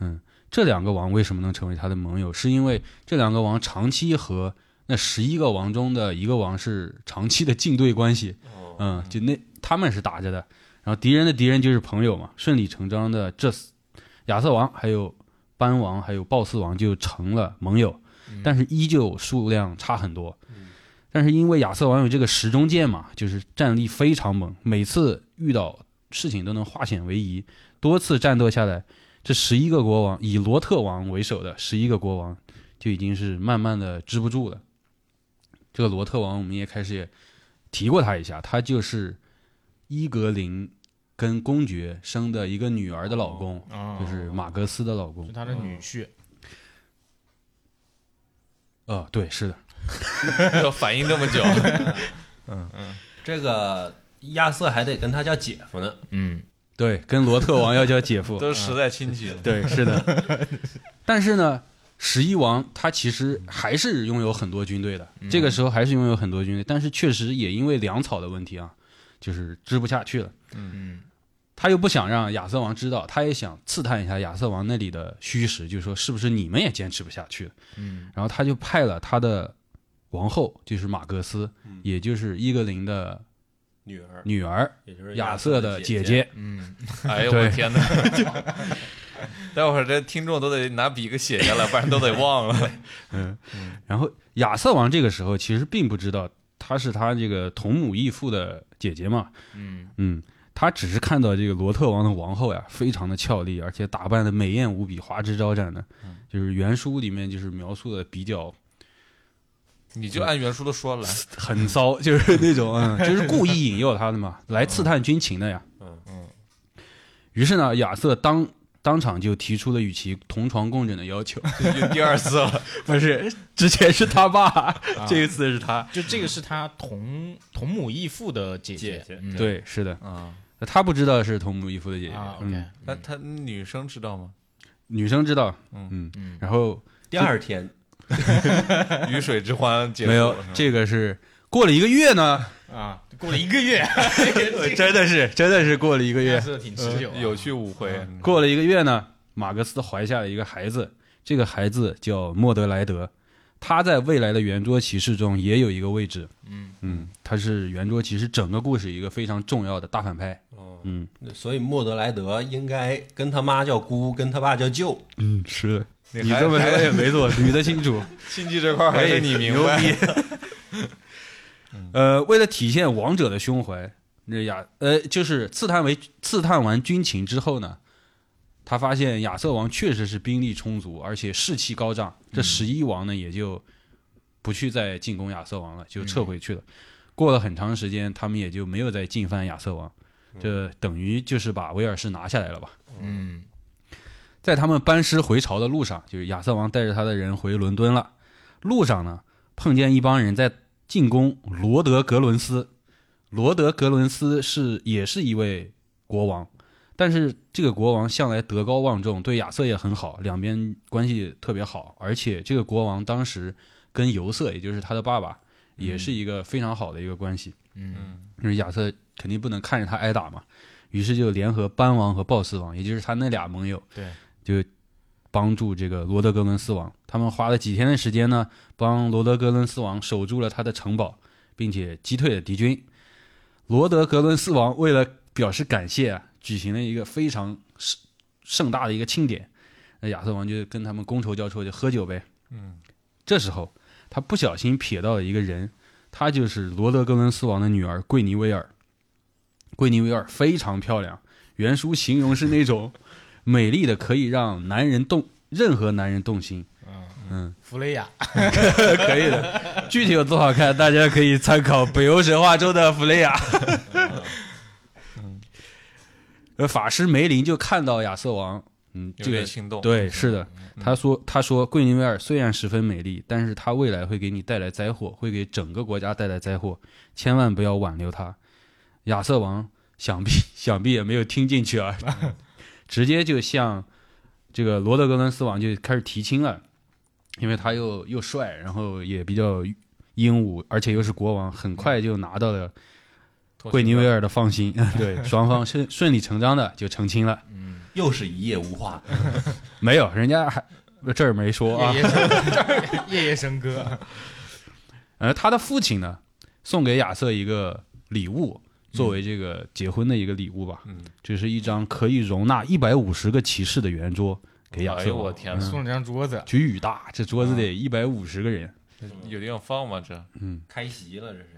D: 嗯这两个王为什么能成为他的盟友？是因为这两个王长期和那十一个王中的一个王是长期的竞对关系。嗯，就那他们是打着的，然后敌人的敌人就是朋友嘛，顺理成章的这四亚瑟王还有班王还有鲍斯王就成了盟友，但是依旧数量差很多。但是因为亚瑟王有这个时钟剑嘛，就是战力非常猛，每次遇到事情都能化险为夷。多次战斗下来，这十一个国王以罗特王为首的十一个国王就已经是慢慢的支不住了。这个罗特王我们也开始也提过他一下，他就是伊格林跟公爵生的一个女儿的老公，
E: 啊，
D: 就是马格斯的老公
E: 是。他的女婿，
D: 呃，对，是的，
A: 要反应那么 久，
B: 这个亚瑟还得跟他叫姐夫呢，
E: 嗯，
D: 对，跟罗特王要叫 姐夫。
A: 都是实在亲戚了。
D: 对，是的。但是呢，十一王他其实还是拥有很多军队的，
E: 嗯
D: 这个时候还是拥有很多军队，但是确实也因为粮草的问题啊，就是支不下去了。
E: 嗯
D: 他又不想让亚瑟王知道，他也想刺探一下亚瑟王那里的虚实，就是说是不是你们也坚持不下去了。
E: 嗯
D: 然后他就派了他的王后，就是马格斯，也就是伊格林的
B: 女儿，
D: 女儿
B: 也就是
D: 亚
B: 瑟
D: 瑟的
B: 姐
D: 姐姐，
E: 嗯，
A: 哎呦我的天哪！ 待会儿这听众都得拿笔给写下来，不然都得忘了。
D: 然后亚瑟王这个时候其实并不知道她是他这个同母异父的姐姐嘛，
E: 嗯
D: 嗯，他只是看到这个罗特王的王后呀，非常的俏丽，而且打扮的美艳无比，花枝招展的，
E: 嗯
D: 就是原书里面就是描述的比较
A: 你就按原书的说来，
D: 很 骚，就是那种嗯，就是故意引诱他的嘛，来刺探军情的呀，
B: 嗯
E: 嗯。
D: 于是呢，亚瑟当当场就提出了与其同床共枕的 要求，
A: 这就第二次了。
D: 不是 之前是他爸，这一次是他，
E: 就这个是他同同母异父的姐
B: 姐姐
E: 嗯
D: 对，是的，
A: 啊，
D: 他不知道是同母异父的姐姐，
E: 啊
D: 嗯
E: ，OK，
A: 那他女生知道 吗？
D: 女生知道，
A: 嗯
D: 嗯
E: 嗯
D: 然后
B: 第二天，
A: 鱼水之欢结束
D: 没有
A: 了是吗
D: 这个是过了一个月呢，
E: 啊，过了一个月，
D: 呃真的是真的是过了一个
E: 还
D: 月，
E: 是挺持久啊，
A: 嗯有去五回，
D: 过了
F: 嗯
D: 一个月呢，马格斯怀下了一个孩子，这个孩子叫莫德莱德，他在未来的圆桌骑士中也有一个位置，
E: 嗯
D: 嗯，他是圆桌骑士整个故事一个非常重要的大反派，
B: 哦，
D: 嗯
B: 所以莫德莱德应该跟他妈叫姑，跟他爸叫舅，
D: 嗯，是的，
A: 你
D: 你
A: 还
D: 这么说
A: 还
D: 也没 错，捋得清楚。
A: 亲戚这块儿还是你明白。
D: 呃，为了体现王者的胸怀，那亚呃就是刺探为刺探完军情之后呢，他发现亚瑟王确实是兵力充足，而且士气高涨。这十一王呢也就不去再进攻亚瑟王了，就撤回去了。过了很长时间，他们也就没有再进犯亚瑟王，这等于就是把威尔士拿下来了吧。
E: 嗯
D: 在他们班师回朝的路上，就是亚瑟王带着他的人回伦敦了。路上呢，碰见一帮人在进攻罗德格伦斯。罗德格伦斯是也是一位国王，但是这个国王向来德高望重，对亚瑟也很好，两边关系特别好。而且这个国王当时跟尤瑟，也就是他的爸爸，也是一个非常好的一个关系。
E: 嗯
D: 就是亚瑟肯定不能看着他挨打嘛，于是就联合班王和鲍斯王，也就是他那俩盟友，
E: 对，
D: 就帮助这个罗德格伦斯王。他们花了几天的时间呢，帮罗德格伦斯王守住了他的城堡，并且击退了敌军。罗德格伦斯王为了表示感谢啊，举行了一个非常盛盛大的一个庆典。那亚瑟王就跟他们觥筹交错，就喝酒呗。
A: 嗯，
D: 这时候他不小心瞥到了一个人，她就是罗德格伦斯王的女儿桂尼维尔。桂尼维尔非常漂亮，原书形容是那种美丽的，可以让男人动任何男人动心。嗯，
E: 弗雷亚，
D: 可以的。具体有多好看，大家可以参考北欧神话中的弗雷亚。呃，法师梅林就看到亚瑟王，嗯，
A: 有
D: 这
A: 点
D: 个
A: 心动。
D: 对，是的，他说他说桂林维尔虽然十分美丽，但是她未来会给你带来灾祸，会给整个国家带来灾祸，千万不要挽留她。 亚瑟王想必想必也没有听进去啊，直接就向这个罗德格伦斯王就开始提亲了，因为他又又帅，然后也比较英武，而且又是国王，很快就拿到了桂尼维尔的放心。 对，双方顺顺理成章的就成亲了。
B: 又是一夜无话。
D: 没有，人家还这儿没说啊
E: 夜。夜笙 夜夜笙歌，
D: 呃，他的父亲呢，送给亚瑟一个礼物，作为这个结婚的一个礼物吧，
B: 嗯，
D: 就是一张可以容纳一百五十个骑士的圆桌给亚
F: 哎
D: 瑟
F: 呦
D: 王。
F: 我天，
A: 嗯
D: 嗯
F: 啊
E: 送了张桌子，
D: 举宇大，这桌子得一百五十个人。
F: 有地方放吗？这
B: 开席了，这是。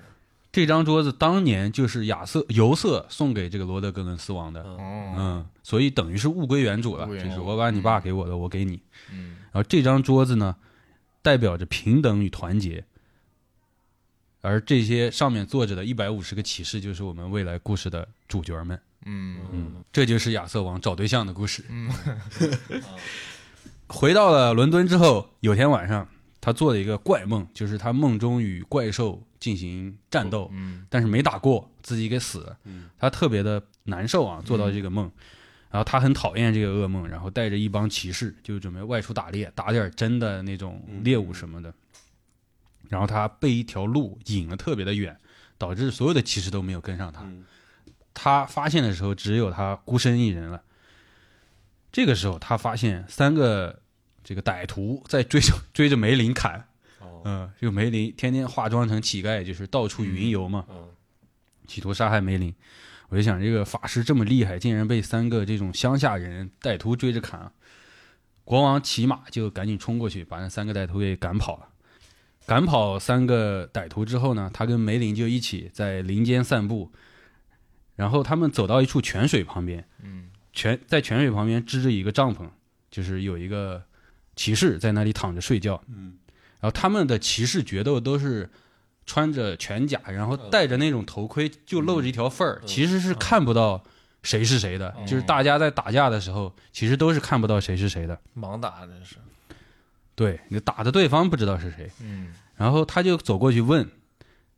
D: 这张桌子当年就是亚瑟尤瑟送给这个罗德格伦斯王的，
E: 哦，
D: 嗯，所以等于是物归原主了，
E: 物归原
D: 就
E: 主
D: 是我把你爸给我的，我给你。
E: 嗯，
D: 然后这张桌子呢，代表着平等与团结，而这些上面坐着的一百五十个骑士，就是我们未来故事的主角们。
E: 嗯，
D: 嗯，这就是亚瑟王找对象的故事。嗯， 回到了伦敦之后，有天晚上他做了一个怪梦，就是他梦中与怪兽进行战斗，
E: 嗯，
D: 但是没打过，自己给死了。他特别的难受啊，做到这个梦。然后他很讨厌这个噩梦，然后带着一帮骑士就准备外出打猎，打点真的那种猎物什么的。然后他被一条鹿引了特别的远，导致所有的骑士都没有跟上他。
B: 嗯
D: 他发现的时候，只有他孤身一人了。这个时候，他发现三个这个歹徒在追着追着梅林砍。
B: 哦
D: 嗯、这个梅林天天化妆成乞丐，就是到处云游嘛，
B: 嗯
D: 企图杀害梅林。我就想，这个法师这么厉害，竟然被三个这种乡下人歹徒追着砍。啊国王骑马就赶紧冲过去，把那三个歹徒给赶跑了。赶跑三个歹徒之后呢，他跟梅林就一起在林间散步，然后他们走到一处泉水旁边，嗯，泉在泉水旁边支着一个帐篷，就是有一个骑士在那里躺着睡觉，
B: 嗯，
D: 然后他们的骑士决斗都是穿着全甲，然后戴着那种头盔，就露着一条缝儿，
B: 嗯
D: 其实是看不到谁是谁的，
F: 嗯
D: 就是大家在打架的时候，其实都是看不到谁是谁的，
F: 盲打真是，
D: 对你打的对方不知道是谁，
E: 嗯，
D: 然后他就走过去问，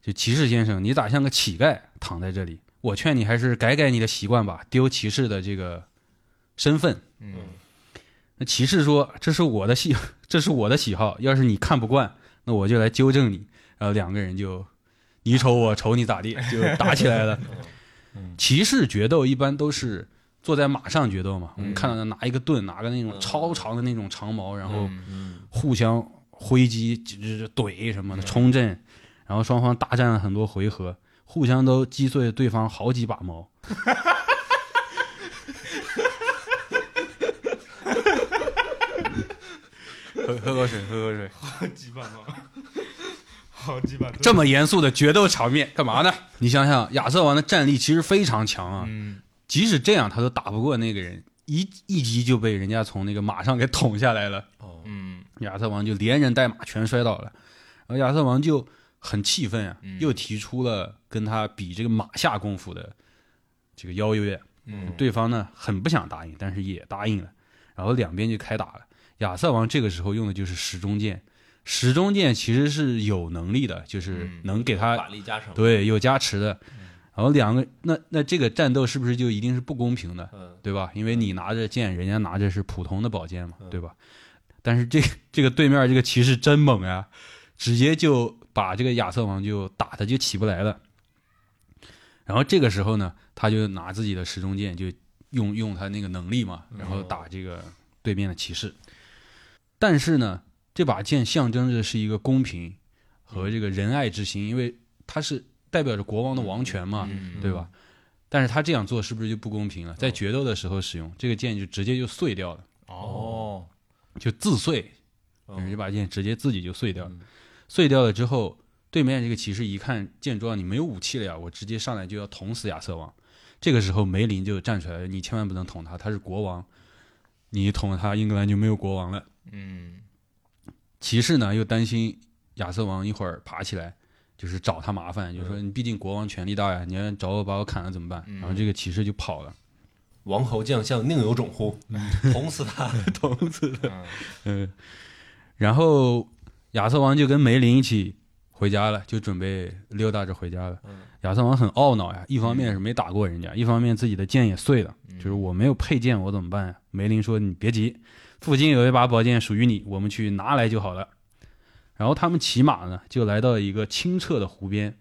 D: 就骑士先生，你咋像个乞丐躺在这里？我劝你还是改改你的习惯吧，丢骑士的这个身份。
E: 嗯，
D: 那骑士说：“这是我的喜，这是我的喜好。要是你看不惯，那我就来纠正你。”然后两个人就你瞅我瞅你咋地，就打起来了。骑士决斗一般都是坐在马上决斗嘛，我们看到的拿一个盾，拿个那种超长的那种长矛，然后互相挥击、就是怼什么的冲阵，然后双方大战了很多回合，互相都击碎对方好几把矛。喝喝口水，喝口水。
E: 好几把吗？ 好几把，
D: 这么严肃的决斗场面， 干嘛呢？你想想，亚瑟王的战力其实非常强啊，
E: 嗯，
D: 即使这样，他都打不过那个人，一一击就被人家从那个马上给捅下来了。
B: 哦
E: 嗯，
D: 亚瑟王就连人带马全摔倒了，然后亚瑟王就很气愤啊，
E: 嗯
D: 又提出了跟他比这个马下功夫的这个邀约。
E: 嗯，
D: 对方呢很不想答应，但是也答应了，然后两边就开打了。亚瑟王这个时候用的就是时钟剑，时钟剑其实是有能力的，就是
E: 嗯
D: 能给他
B: 法力加成。
D: 对，有加持的。
B: 嗯
D: 然后两个，那那这个战斗是不是就一定是不公平的，
B: 嗯，嗯
D: 对吧？因为你拿着剑，人家拿着是普通的宝剑嘛，对吧？但是这个这个对面这个骑士真猛啊，直接就把这个亚瑟王就打的就起不来了。然后这个时候呢，他就拿自己的时钟剑，就用用他那个能力嘛，然
B: 嗯
D: 后打这个对面的骑士。但是呢，这把剑象征着是一个公平和这个仁爱之心，因为它是代表着国王的王权嘛，
B: 嗯
D: 对吧？但是他这样做是不是就不公平了？在决斗的时候使用这个剑，就直接就碎掉了，
E: 哦，
D: 就自碎，
F: 哦
A: 哦
D: 就是
F: 嗯
D: 这把剑直接自己就碎掉了。碎掉了之后，对面这个骑士一看见状，你没有武器了呀，我直接上来就要捅死亚瑟王。这个时候梅林就站出来了，你千万不能捅他，他是国王，你一捅他，英格兰就没有国王了。
E: 嗯，
D: 骑士呢又担心亚瑟王一会儿爬起来，就是找他麻烦，就说你毕竟国王权力大呀，你要找我把我砍了怎么办？然后这个骑士就跑了。
B: 王侯将相宁有种乎？捅死 他！
D: 嗯，然后亚瑟王就跟梅林一起回家了，就准备溜达着回家了。亚瑟王很懊恼呀，一方面是没打过人家，一方面自己的剑也碎了，就是我没有配件，我怎么办呀？梅林说：“你别急，附近有一把宝剑属于你，我们去拿来就好了。”然后他们骑马呢，就来到一个清澈的湖边。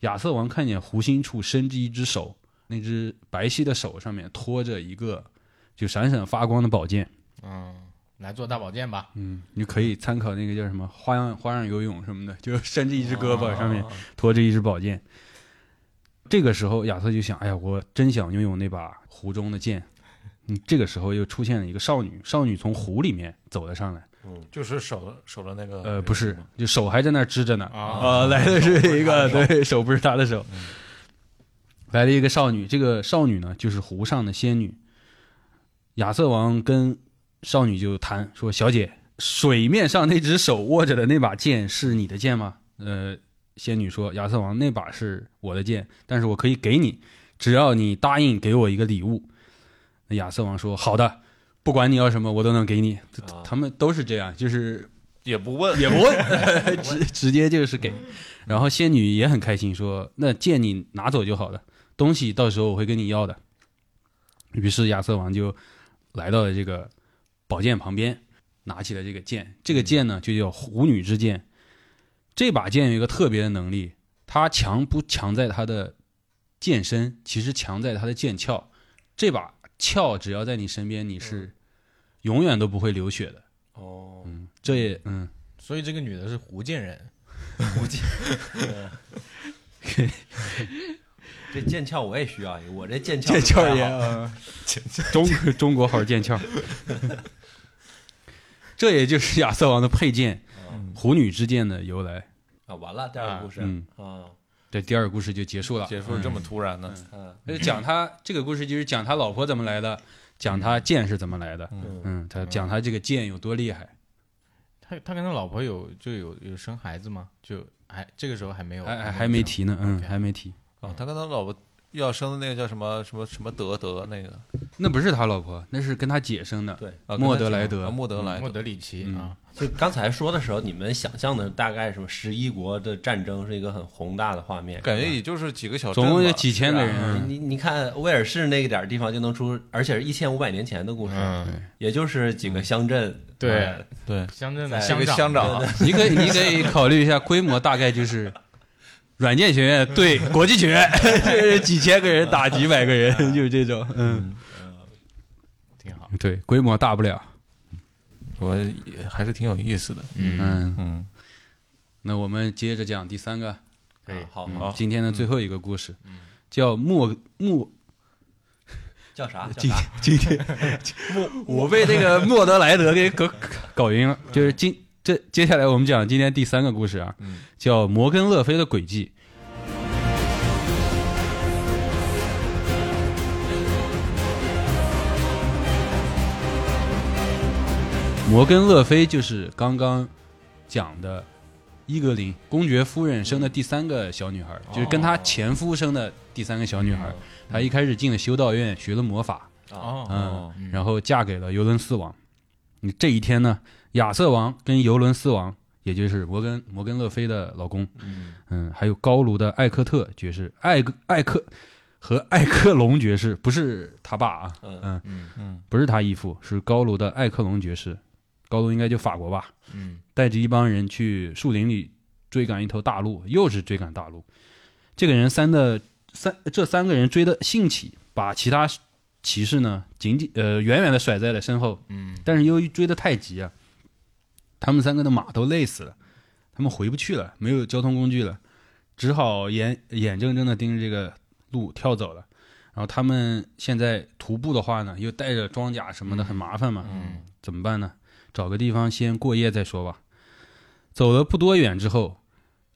D: 亚瑟王看见湖心处伸着一只手，那只白皙的手上面托着一个就闪闪发光的宝剑。
E: 嗯，来做大保健吧。
D: 嗯，你可以参考那个叫什么花样花样游泳什么的， 就伸着一只胳
A: 哦
D: 膊，上面
F: 哦
D: 驮着一只宝剑。这个时候，亚瑟就想：哎呀，我真想拥有那把湖中的剑。嗯，这个时候又出现了一个少女，少女从湖里面走了上来。
F: 嗯就是手手的那个
D: 呃，不是，就手还在那儿支着呢。啊，来的是 一个，对手嗯不是她的手，来了一个少女。这个少女呢，就是湖上的仙女。亚瑟王跟少女就谈说：“小姐，水面上那只手握着的那把剑是你的剑吗？”呃，仙女说：“亚瑟王，那把是我的剑，但是我可以给你，只要你答应给我一个礼物。”那亚瑟王说：“好的，不管你要什么，我都能给你。”他们都是这样，就是
F: 也不问，
D: 也不问， 直直接就是给。然后仙女也很开心，说：“那剑你拿走就好了，东西到时候我会跟你要的。”于是亚瑟王就来到了这个宝剑旁边，拿起了这个剑。这个剑呢，就叫虎女之剑。这把剑有一个特别的能力，它强不强在它的剑身，其实强在它的剑鞘。这把鞘只要在你身边，你是永远都不会流血的。
B: 哦，
D: 嗯，这也嗯。
E: 所以这个女的是福建人，
B: 这剑鞘我也需要一个，我这剑鞘
D: 剑鞘
B: 不太
D: 也
B: 好，
D: 啊，中中国好剑鞘，这也就是亚瑟王的配剑——
F: 嗯
D: 虎女之剑的由来。
B: 啊，完了，第二个故事
D: 嗯，
B: 啊，
D: 这第二个故事就结束了。
F: 结束这么突然呢？
B: 嗯
D: 就讲他这个故事，就是讲他老婆怎么来的，讲他剑是怎么来的。
B: 嗯，
D: 嗯，他讲他这个剑有多厉害。
E: 他他跟他老婆有就有有生孩子吗？就还这个时候还没有，
D: 还还还没提呢，嗯，还没提。
F: 啊，他跟他老婆要生的那个叫什么什么什么德德那个
D: 那不是他老婆，那是跟他姐 生的。
B: 对。
F: 啊，
D: 莫
F: 跟他
D: 德莱
F: 讲
D: 德
F: 啊莫德
D: 哎
F: 莱
E: 莫
F: 德，
E: 德里奇
D: 嗯
E: 啊，
B: 就刚才说的时候，你们想象的大概什么十一国的战争是一个很宏大的画面，
F: 感觉也就是几个小镇
D: 总共就
F: 吧，
D: 几千个
B: 嗯
D: 人，
B: 你你看威尔士那个点儿地方就能出，而且是一千五百年前的故事，
E: 嗯，
B: 也就是几个乡镇。
E: 对
B: 呃
F: 对，
E: 乡镇的
F: 几个
E: 长，
F: 乡长啊，
D: 你可以你可以考虑一下规模，大概就是软件学院对国际学院， 就是几千个人打几百个人， 就是这种。嗯，
E: 挺好。
D: 对，规模大不了。
F: 我也还是挺有意思的，
D: 嗯，
F: 嗯，
D: 那我们接着讲第三个，
E: 可以
B: 啊好，
D: 嗯
B: 好
D: 今天的最后一个故事，叫莫莫。
B: 叫啥？啊叫
D: 今
B: 啥？
D: 今天我我被那个莫德莱德给搞搞晕了。就是今这接下来我们讲今天第三个故事啊，叫摩根勒菲的轨迹。摩根勒菲就是刚刚讲的伊格林公爵夫人生的第三个小女孩，就是跟她前夫生的第三个小女孩。她一开始进了修道院，学了魔法，
E: 哦，
D: 嗯
F: 哦，
D: 然后嫁给了尤伦斯王。嗯这一天呢，亚瑟王跟尤伦斯王，也就是摩根摩根勒菲的老公，嗯，还有高卢的艾克特爵士，艾克艾克和艾克隆爵士，不是他爸啊，
B: 嗯
D: 嗯
E: 嗯
F: 嗯
D: 不是他义父，是高卢的艾克隆爵士，高卢应该就法国吧，
E: 嗯，
D: 带着一帮人去树林里追赶一头大鹿，又是追赶大鹿。这个人三的三，这三个人追的兴起，把其他骑士呢紧紧呃远远的甩在了身后。嗯，但是由于追得太急啊，他们三个的马都累死了，他们回不去了，没有交通工具了，只好眼眼睁睁的盯着这个鹿跳走了。然后他们现在徒步的话呢，又带着装甲什么的，很麻烦嘛。嗯，怎么办呢？找个地方先过夜再说吧。走了不多远之后，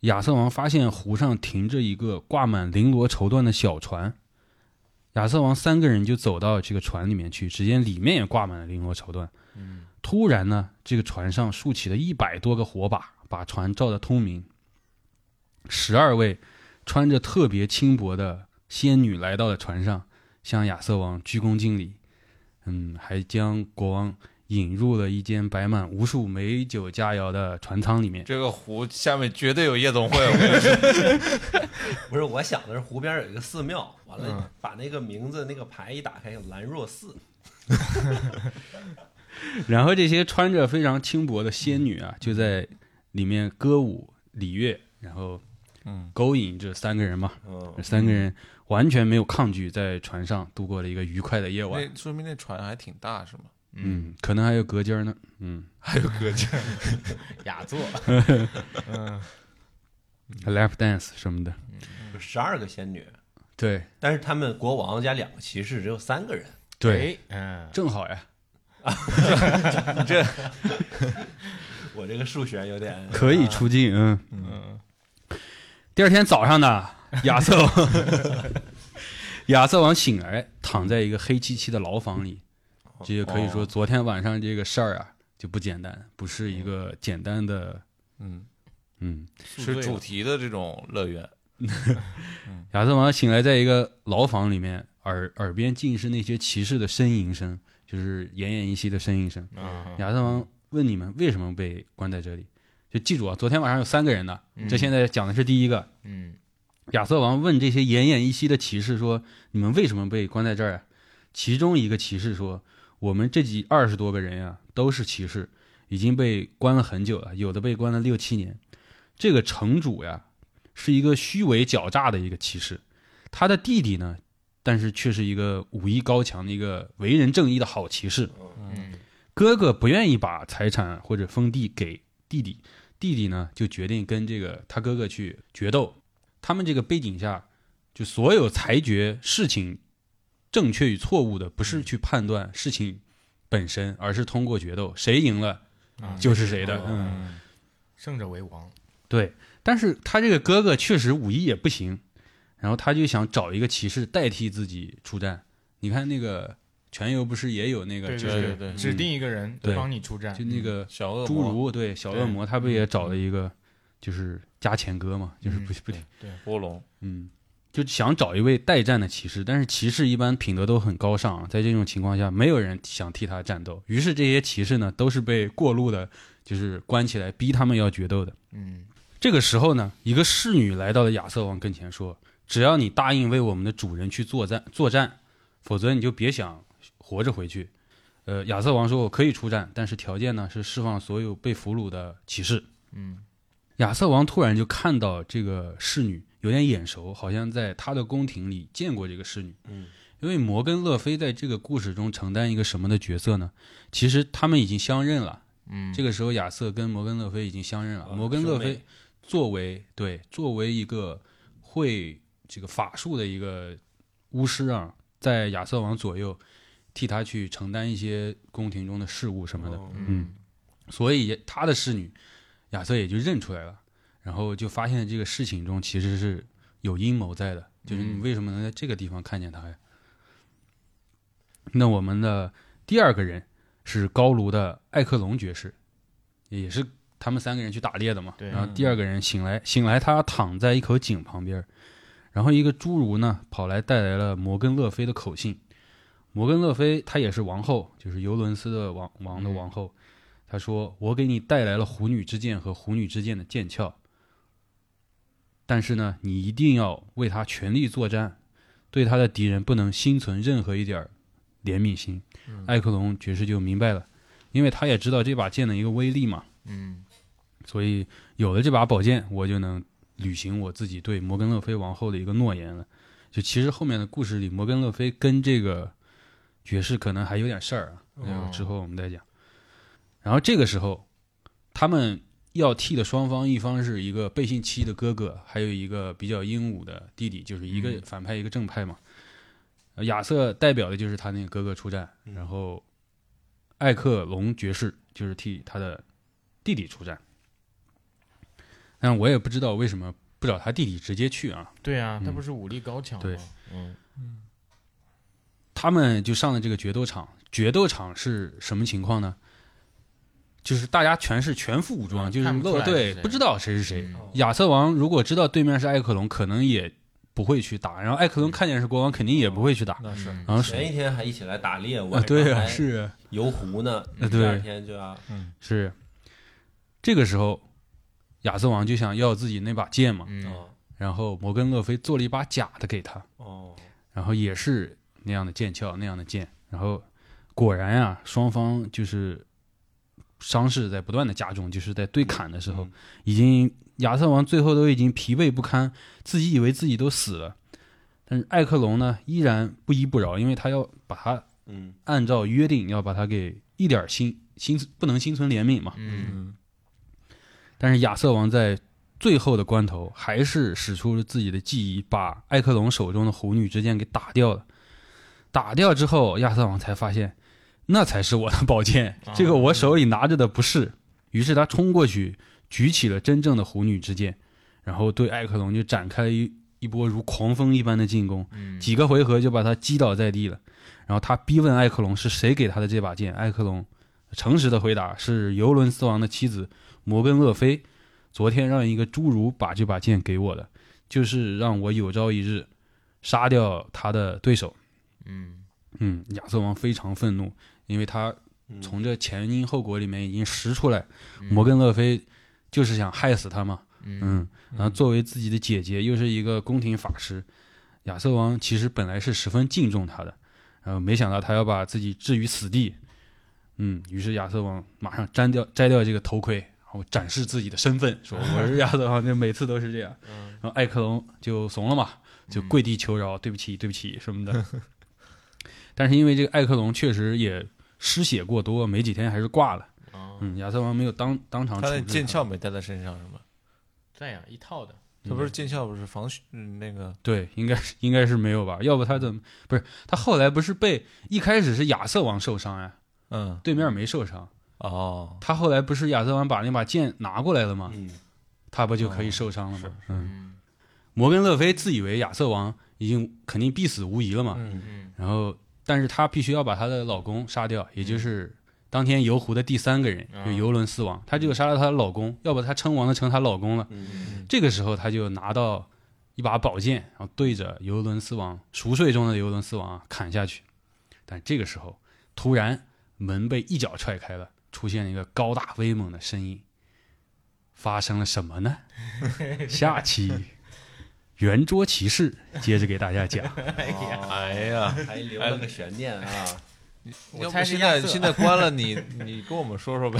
D: 亚瑟王发现湖上停着一个挂满绫罗绸缎的小船。亚瑟王三个人就走到这个船里面去，只见里面也挂满了绫罗绸缎。突然呢，这个船上竖起了一百多个火把，把船照得通明。十二位穿着特别轻薄的仙女来到了船上，向亚瑟王鞠躬敬礼。嗯，还将国王引入了一间摆满无数美酒佳肴的船舱里面。
F: 这个湖下面绝对有夜总会，我跟你说
B: 不是，我想的是湖边有一个寺庙，完了、把那个名字那个牌一打开，兰若寺，
D: 然后这些穿着非常轻薄的仙女啊，就在里面歌舞礼乐，然后
F: 嗯
D: 勾引这三个人嘛，
B: 嗯
D: 这，三个人完全没有抗拒，在船上度过了一个愉快的夜晚。
F: 那说明那船还挺大是吗？
D: 嗯，可能还有隔间呢。嗯，
E: 雅 座，
D: lap dance 什么的。
B: 十二个仙女，
D: 对
B: 但是他们国王加两个骑士，只有三个人，
D: 对，
E: 哎，嗯，
D: 正好呀，
B: 我这个数学有点
D: 可以出镜。嗯嗯。第二天早上呢，亚瑟王亚瑟王醒来，躺在一个黑漆漆的牢房里。这就可以说，昨天晚上这个事儿啊，就不简单，不是一个简单的。
F: 嗯，
D: 嗯，
F: 是主题的这种乐园，
D: 亚瑟王醒来，在一个牢房里面，耳耳边尽是那些骑士的呻吟声，就是奄奄一息的呻吟声。
E: 嗯
D: 亚瑟王问你们为什么被关在这里？就记住啊，昨天晚上有三个人呢，这现在讲的是第一个。
E: 嗯，
D: 亚瑟王问这些奄奄一息的骑士说：“你们为什么被关在这儿啊？”其中一个骑士说：“我们这几二十多个人呀、都是骑士，已经被关了很久了，有的被关了六七年。这个城主呀，是一个虚伪狡诈的一个骑士，他的弟弟呢，但是却是一个武艺高强的一个为人正义的好骑士。
E: 嗯
D: 哥哥不愿意把财产或者封地给弟弟，弟弟呢就决定跟这个他哥哥去决斗。他们这个背景下，就所有裁决事情正确与错误的，不是去判断事情本身，而是通过决斗，谁赢了
E: 啊
D: 就是谁的。嗯，
E: 胜者为王，
D: 对，但是他这个哥哥确实武艺也不行，然后他就想找一个骑士代替自己出战。你看那个全游不是也有那个
E: 对
D: 就
E: 对
D: 是
F: 对对
E: 指定一个人
D: 嗯对
E: 帮你出战，
D: 就那个
F: 小恶
D: 侏
F: 魔、嗯
D: 儒对小恶魔，他不也找了一个就是加钱哥嘛，就是不不停
F: 波龙，
D: 嗯，就想找一位代战的骑士，但是骑士一般品德都很高尚，在这种情况下，没有人想替他战斗，于是这些骑士呢都是被过路的，就是关起来逼他们要决斗的。
E: 嗯
D: 这个时候呢，一个侍女来到了亚瑟王跟前，说：“只要你答应为我们的主人去作战，作战，否则你就别想活着回去。”呃，亚瑟王说：“我可以出战，但是条件呢是释放所有被俘虏的骑士。”
E: 嗯，
D: 亚瑟王突然就看到这个侍女有点眼熟，好像在他的宫廷里见过这个侍女。
B: 嗯，
D: 因为摩根勒菲在这个故事中承担一个什么的角色呢？其实他们已经相认了。
E: 嗯，
D: 这个时候亚瑟跟摩根勒菲已经相认了。
B: 啊
D: 摩根勒
B: 兄
D: 菲
B: 妹
D: 作为对作为一个会这个法术的一个巫师啊，在亚瑟王左右替他去承担一些宫廷中的事务什么的，
B: 哦
D: 嗯，所以也他的侍女亚瑟也就认出来了，然后就发现这个事情中其实是有阴谋在的，就是你为什么能在这个地方看见他呀？那我们的第二个人是高卢的艾克隆爵士，也是他们三个人去打猎的嘛。
E: 对
D: 然后第二个人醒来，醒来他躺在一口井旁边儿，然后一个侏儒呢跑来带来了摩根勒菲的口信。摩根勒菲她也是王后，就是尤伦斯的王王的王后。她说：“我给你带来了虎女之剑和虎女之剑的剑鞘，但是呢，你一定要为他全力作战，对他的敌人不能心存任何一点儿怜悯心。艾克隆爵士就明白了，因为他也知道这把剑的一个威力嘛，
E: 嗯
D: 所以有了这把宝剑，我就能履行我自己对摩根勒菲王后的一个诺言了。就其实后面的故事里，摩根勒菲跟这个爵士可能还有点事儿啊，那个之后我们再讲。然后这个时候，他们要替的双方，一方是一个背信弃义的哥哥，还有一个比较英武的弟弟，就是一个
E: 嗯
D: 反派一个正派嘛。呃亚瑟代表的就是他那个哥哥出战，
E: 嗯
D: 然后艾克隆爵士就是替他的弟弟出战。但我也不知道为什么不找他弟弟直接去啊。
E: 对啊，他
D: 嗯
E: 不是武力高强吗？
D: 对
E: 嗯，
D: 他们就上了这个决斗场，决斗场是什么情况呢？就是大家全是全副武装，
E: 啊
D: 就是
E: 看不出
D: 露
E: 来
D: 对，
E: 是谁
D: 不知道谁是谁。啊
E: 嗯
D: 亚瑟王如果知道对面是艾克隆，可能也不会去打，然后艾克伦看见是国王，肯定也不会
A: 嗯
D: 去打。
E: 嗯
F: 那是
E: 啊
D: 然后是
B: 前一天还一起来打猎，我
D: 啊，对
B: 还
D: 啊，是
B: 游湖呢，
D: 呃
B: 第二
D: 对
B: 天就要
D: 是。这个时候，亚瑟王就想要自己那把剑嘛，
E: 嗯，
B: 哦
D: 然后摩根勒菲做了一把假的给他，
B: 哦，
D: 然后也是那样的剑鞘，那样的剑，然后果然啊，双方就是伤势在不断的加重，就是在对砍的时候，
B: 嗯
D: 已经亚瑟王最后都已经疲惫不堪，自己以为自己都死了，但是艾克隆呢依然不依不饶，因为他要把他
B: 嗯
D: 按照约定要把他给一点儿心心不能心存怜悯嘛，
E: 嗯
D: 但是亚瑟王在最后的关头还是使出了自己的技艺，把艾克隆手中的狐女之剑给打掉了。打掉之后，亚瑟王才发现，那才是我的宝剑，这个我手里拿着的不是。于是他冲过去，举起了真正的狐女之剑，然后对艾克隆就展开了一一波如狂风一般的进攻，几个回合就把他击倒在地了。然后他逼问艾克隆是谁给他的这把剑，艾克隆诚实的回答是尤伦斯王的妻子摩根勒菲，昨天让一个侏儒把这把剑给我的，就是让我有朝一日杀掉他的对手。
E: 嗯
D: 嗯，亚瑟王非常愤怒，因为他
B: 嗯
D: 从这前因后果里面已经识出来，摩根勒菲就是想害死他嘛。
E: 嗯
D: 嗯，然后作为自己的姐姐，又是一个宫廷法师，亚瑟王其实本来是十分敬重他的，然后没想到他要把自己置于死地。嗯，于是亚瑟王马上摘掉摘掉这个头盔，然后展示自己的身份，说我是亚瑟王，就每次都是这样。然后艾克隆就怂了嘛，就
E: 嗯
F: 嗯
D: 跪地求饶，对不起，对不起什么的。 但是因为这个艾克隆确实也失血过多，没几天还是挂了。
E: 哦，
D: 嗯，亚瑟王没有当当场
F: 他那
D: 处置
F: 剑
D: 他。
F: 鞘没带在身上是吗？
E: 这样一套的，
F: 他不是剑鞘，不是防血嗯那个
D: 对，应该是应该是没有吧？要不他怎
F: 嗯
D: 么不是他后来不是被一开始是亚瑟王受伤呀、
F: 嗯
D: 对面没受伤，
F: 哦
D: 他后来不是亚瑟王把那把剑拿过来了吗？
B: 嗯
D: 他不就可以受伤了吗？
F: 哦是
D: 嗯，
E: 嗯
D: 摩根勒菲自以为亚瑟王已经肯定必死无疑了嘛，
F: 嗯
E: 嗯
D: 然后但是她必须要把她的老公杀掉，也就是当天游湖的第三个人，就游轮四王，她就杀了她的老公，要不她称王的成她老公了。
B: 嗯
D: 这个时候他就拿到一把宝剑，然后对着尤伦斯王熟睡中的尤伦斯王啊砍下去。但这个时候，突然门被一脚踹开了，出现了一个高大威猛的身影。发生了什么呢？下期圆桌骑士接着给大家讲。
F: 哎呀，
B: 哦还留了个悬念啊，
E: 我
F: 要不
E: 猜是
F: 现
E: 亚
F: 在
E: 瑟
F: 现在关了你，你跟我们说说呗。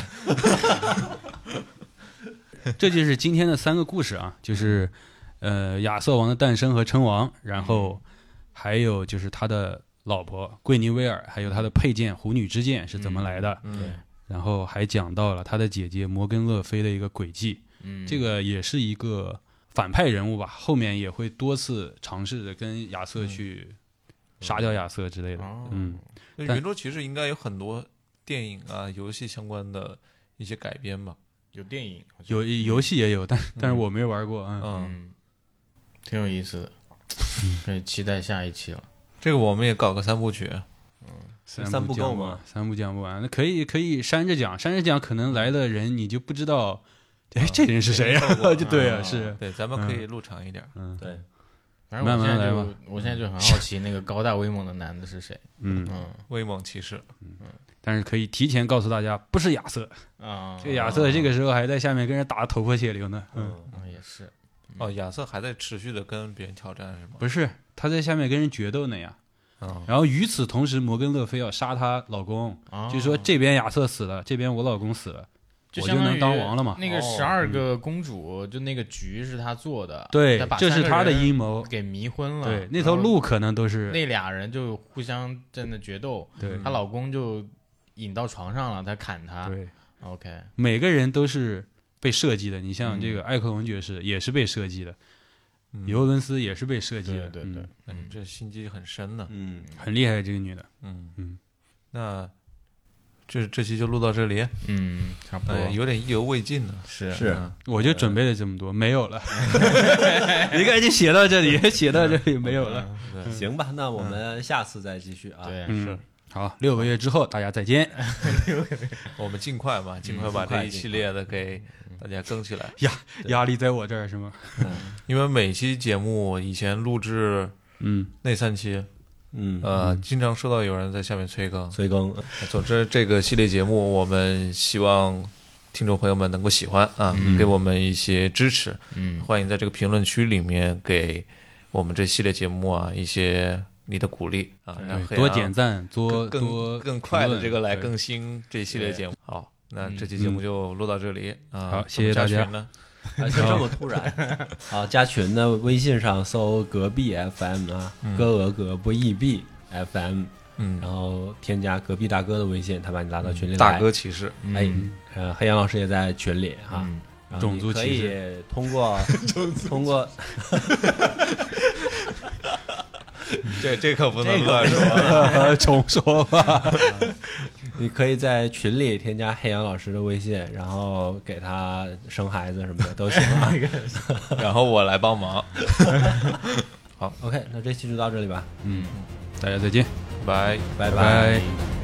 D: 这就是今天的三个故事啊，就是呃亚瑟王的诞生和称王，然后
E: 嗯
D: 还有就是他的老婆桂尼威尔，还有他的佩剑狐女之剑是怎么来的，
F: 嗯
D: 然后还讲到了他的姐姐摩根勒菲的一个轨迹，
E: 嗯，
D: 这个也是一个反派人物吧，后面也会多次尝试着跟亚瑟去杀掉亚瑟之类
E: 嗯
D: 的，
E: 哦
D: 嗯，
F: 那
D: 但
F: 圆桌骑士应该有很多电影啊、游戏相关的一些改编吧？
E: 有电影，好像
D: 有游戏也有，但但是我没玩过，嗯，
F: 嗯，
E: 嗯，挺有意思的，可以期待下一期了。
F: 这个我们也搞个三部曲。
B: 三部
D: 部讲
B: 够
D: 不
B: 吗
D: 完？三部讲不完，那可以可以删着讲，删着讲可能来的人你就不知道，哎，这人是谁
F: 谁是
D: 啊？
F: 谁
D: 就对啊，
E: 啊
D: 是，
F: 对，咱们可以录长一点儿。
D: 嗯
B: 对，
E: 反正我
D: 慢
E: 现
D: 慢
E: 在
D: 来
E: 就
D: 吧
E: 我现在就很好奇那个高大威猛的男的是谁。
D: 嗯，
E: 嗯
F: 威猛骑士，
D: 但是可以提前告诉大家，不是亚瑟，
E: 啊，
D: 这亚瑟这个时候还在下面跟人打得头破血流呢，嗯，
B: 嗯，
E: 嗯也是
F: 哦，亚瑟还在持续的跟别人挑战是吗？
D: 不哦是他在下面跟人决斗呢
E: 哦
D: 呀。
F: 嗯，
D: 然后与此同时，摩根勒菲要杀她老公，
E: 啊，
D: 就说这边亚瑟死了，这边我老公死了，
E: 就
D: 我
E: 相
D: 就
E: 当
D: 能
E: 于
D: 当王了嘛。
E: 那个
B: 哦
E: 十二个公主，就那个局是他做的，
D: 对
E: 他把，
D: 这
E: 三
D: 是
E: 个
D: 他的
E: 人
D: 阴谋。
E: 给迷昏了。
D: 对，那头
E: 然后
D: 鹿可能都是
E: 那俩人就互相在那决斗，
D: 对
E: 她老公就引到床上了，她砍她。
D: 嗯对。
E: OK，
D: 每个人都是被设计的。你像
E: 嗯
D: 这个艾克隆爵士也是被设计的，
A: 嗯
D: 尤伦斯也是被设计的，
E: 对对对
D: 嗯
F: 哎这心机很深呢。
B: 嗯，
D: 很厉害这个女的。
F: 嗯
D: 嗯，
F: 那这这期就录到这里，
E: 嗯，差不多
F: 哎，有点意犹未尽呢。
E: 是
B: 是
F: 嗯
D: 我就准备了这么
A: 嗯
D: 多，没有了，应该就写到这里，写到这里没有了。
B: 行吧，那我们下次再继续啊。
E: 对，
D: 嗯，好，六个月之后大家再见。
F: 我们尽快吧，尽快把
B: 尽快
F: 这一系列的给大
A: 大家更起来。
D: 压力在我这儿是吗？
A: 因为每期节目以前录制
D: 嗯，
A: 那三期，
B: 嗯，啊
A: 呃，经常收到有人在下面催更。
B: 催 更，
F: 哎
A: 总之，这个系列节目我们希望听众朋友们能够喜欢啊，给我们一些支持。
E: 嗯，
A: 欢迎在这个评论区里面给我们这系列节目啊一些你的鼓励啊，让黑
D: 对，
A: 暗
D: 多点赞，多
A: 更
D: 多
A: 更更快的这个来
D: 评论
A: 更 新这一系列节目。好，那这期
D: 嗯
A: 节目就录到这里啊。
D: 好
A: 怎么
D: 谢谢
A: 加
D: 大家
A: 群呢。
B: 啊，就这么突然啊！加群呢，微信上搜“隔壁 FM” 啊，
D: 嗯
B: 歌俄隔不异壁 FM，
A: 嗯
B: 然，后添加隔壁大哥的微信，他把你拉
D: 嗯
B: 到群里来。
A: 大哥骑士，
B: 哎，呃，黑羊老师也在群里
D: 嗯
B: 啊。
E: 嗯
B: 然后
D: 种
B: 你
D: 族
B: 可
D: 歧
B: 以通 过通过
D: 嗯
A: 这这可不
B: 这
A: 能
B: 个
A: 乱说。
D: 对重说吧。
B: 你可以在群里添加黑羊老师的微信，然后给他生孩子什么的都行 啊。
A: 然后我来帮忙，
B: OK，那这期就到这里吧，
D: 大家再见，
A: 拜。
B: 拜
D: 拜。
B: 拜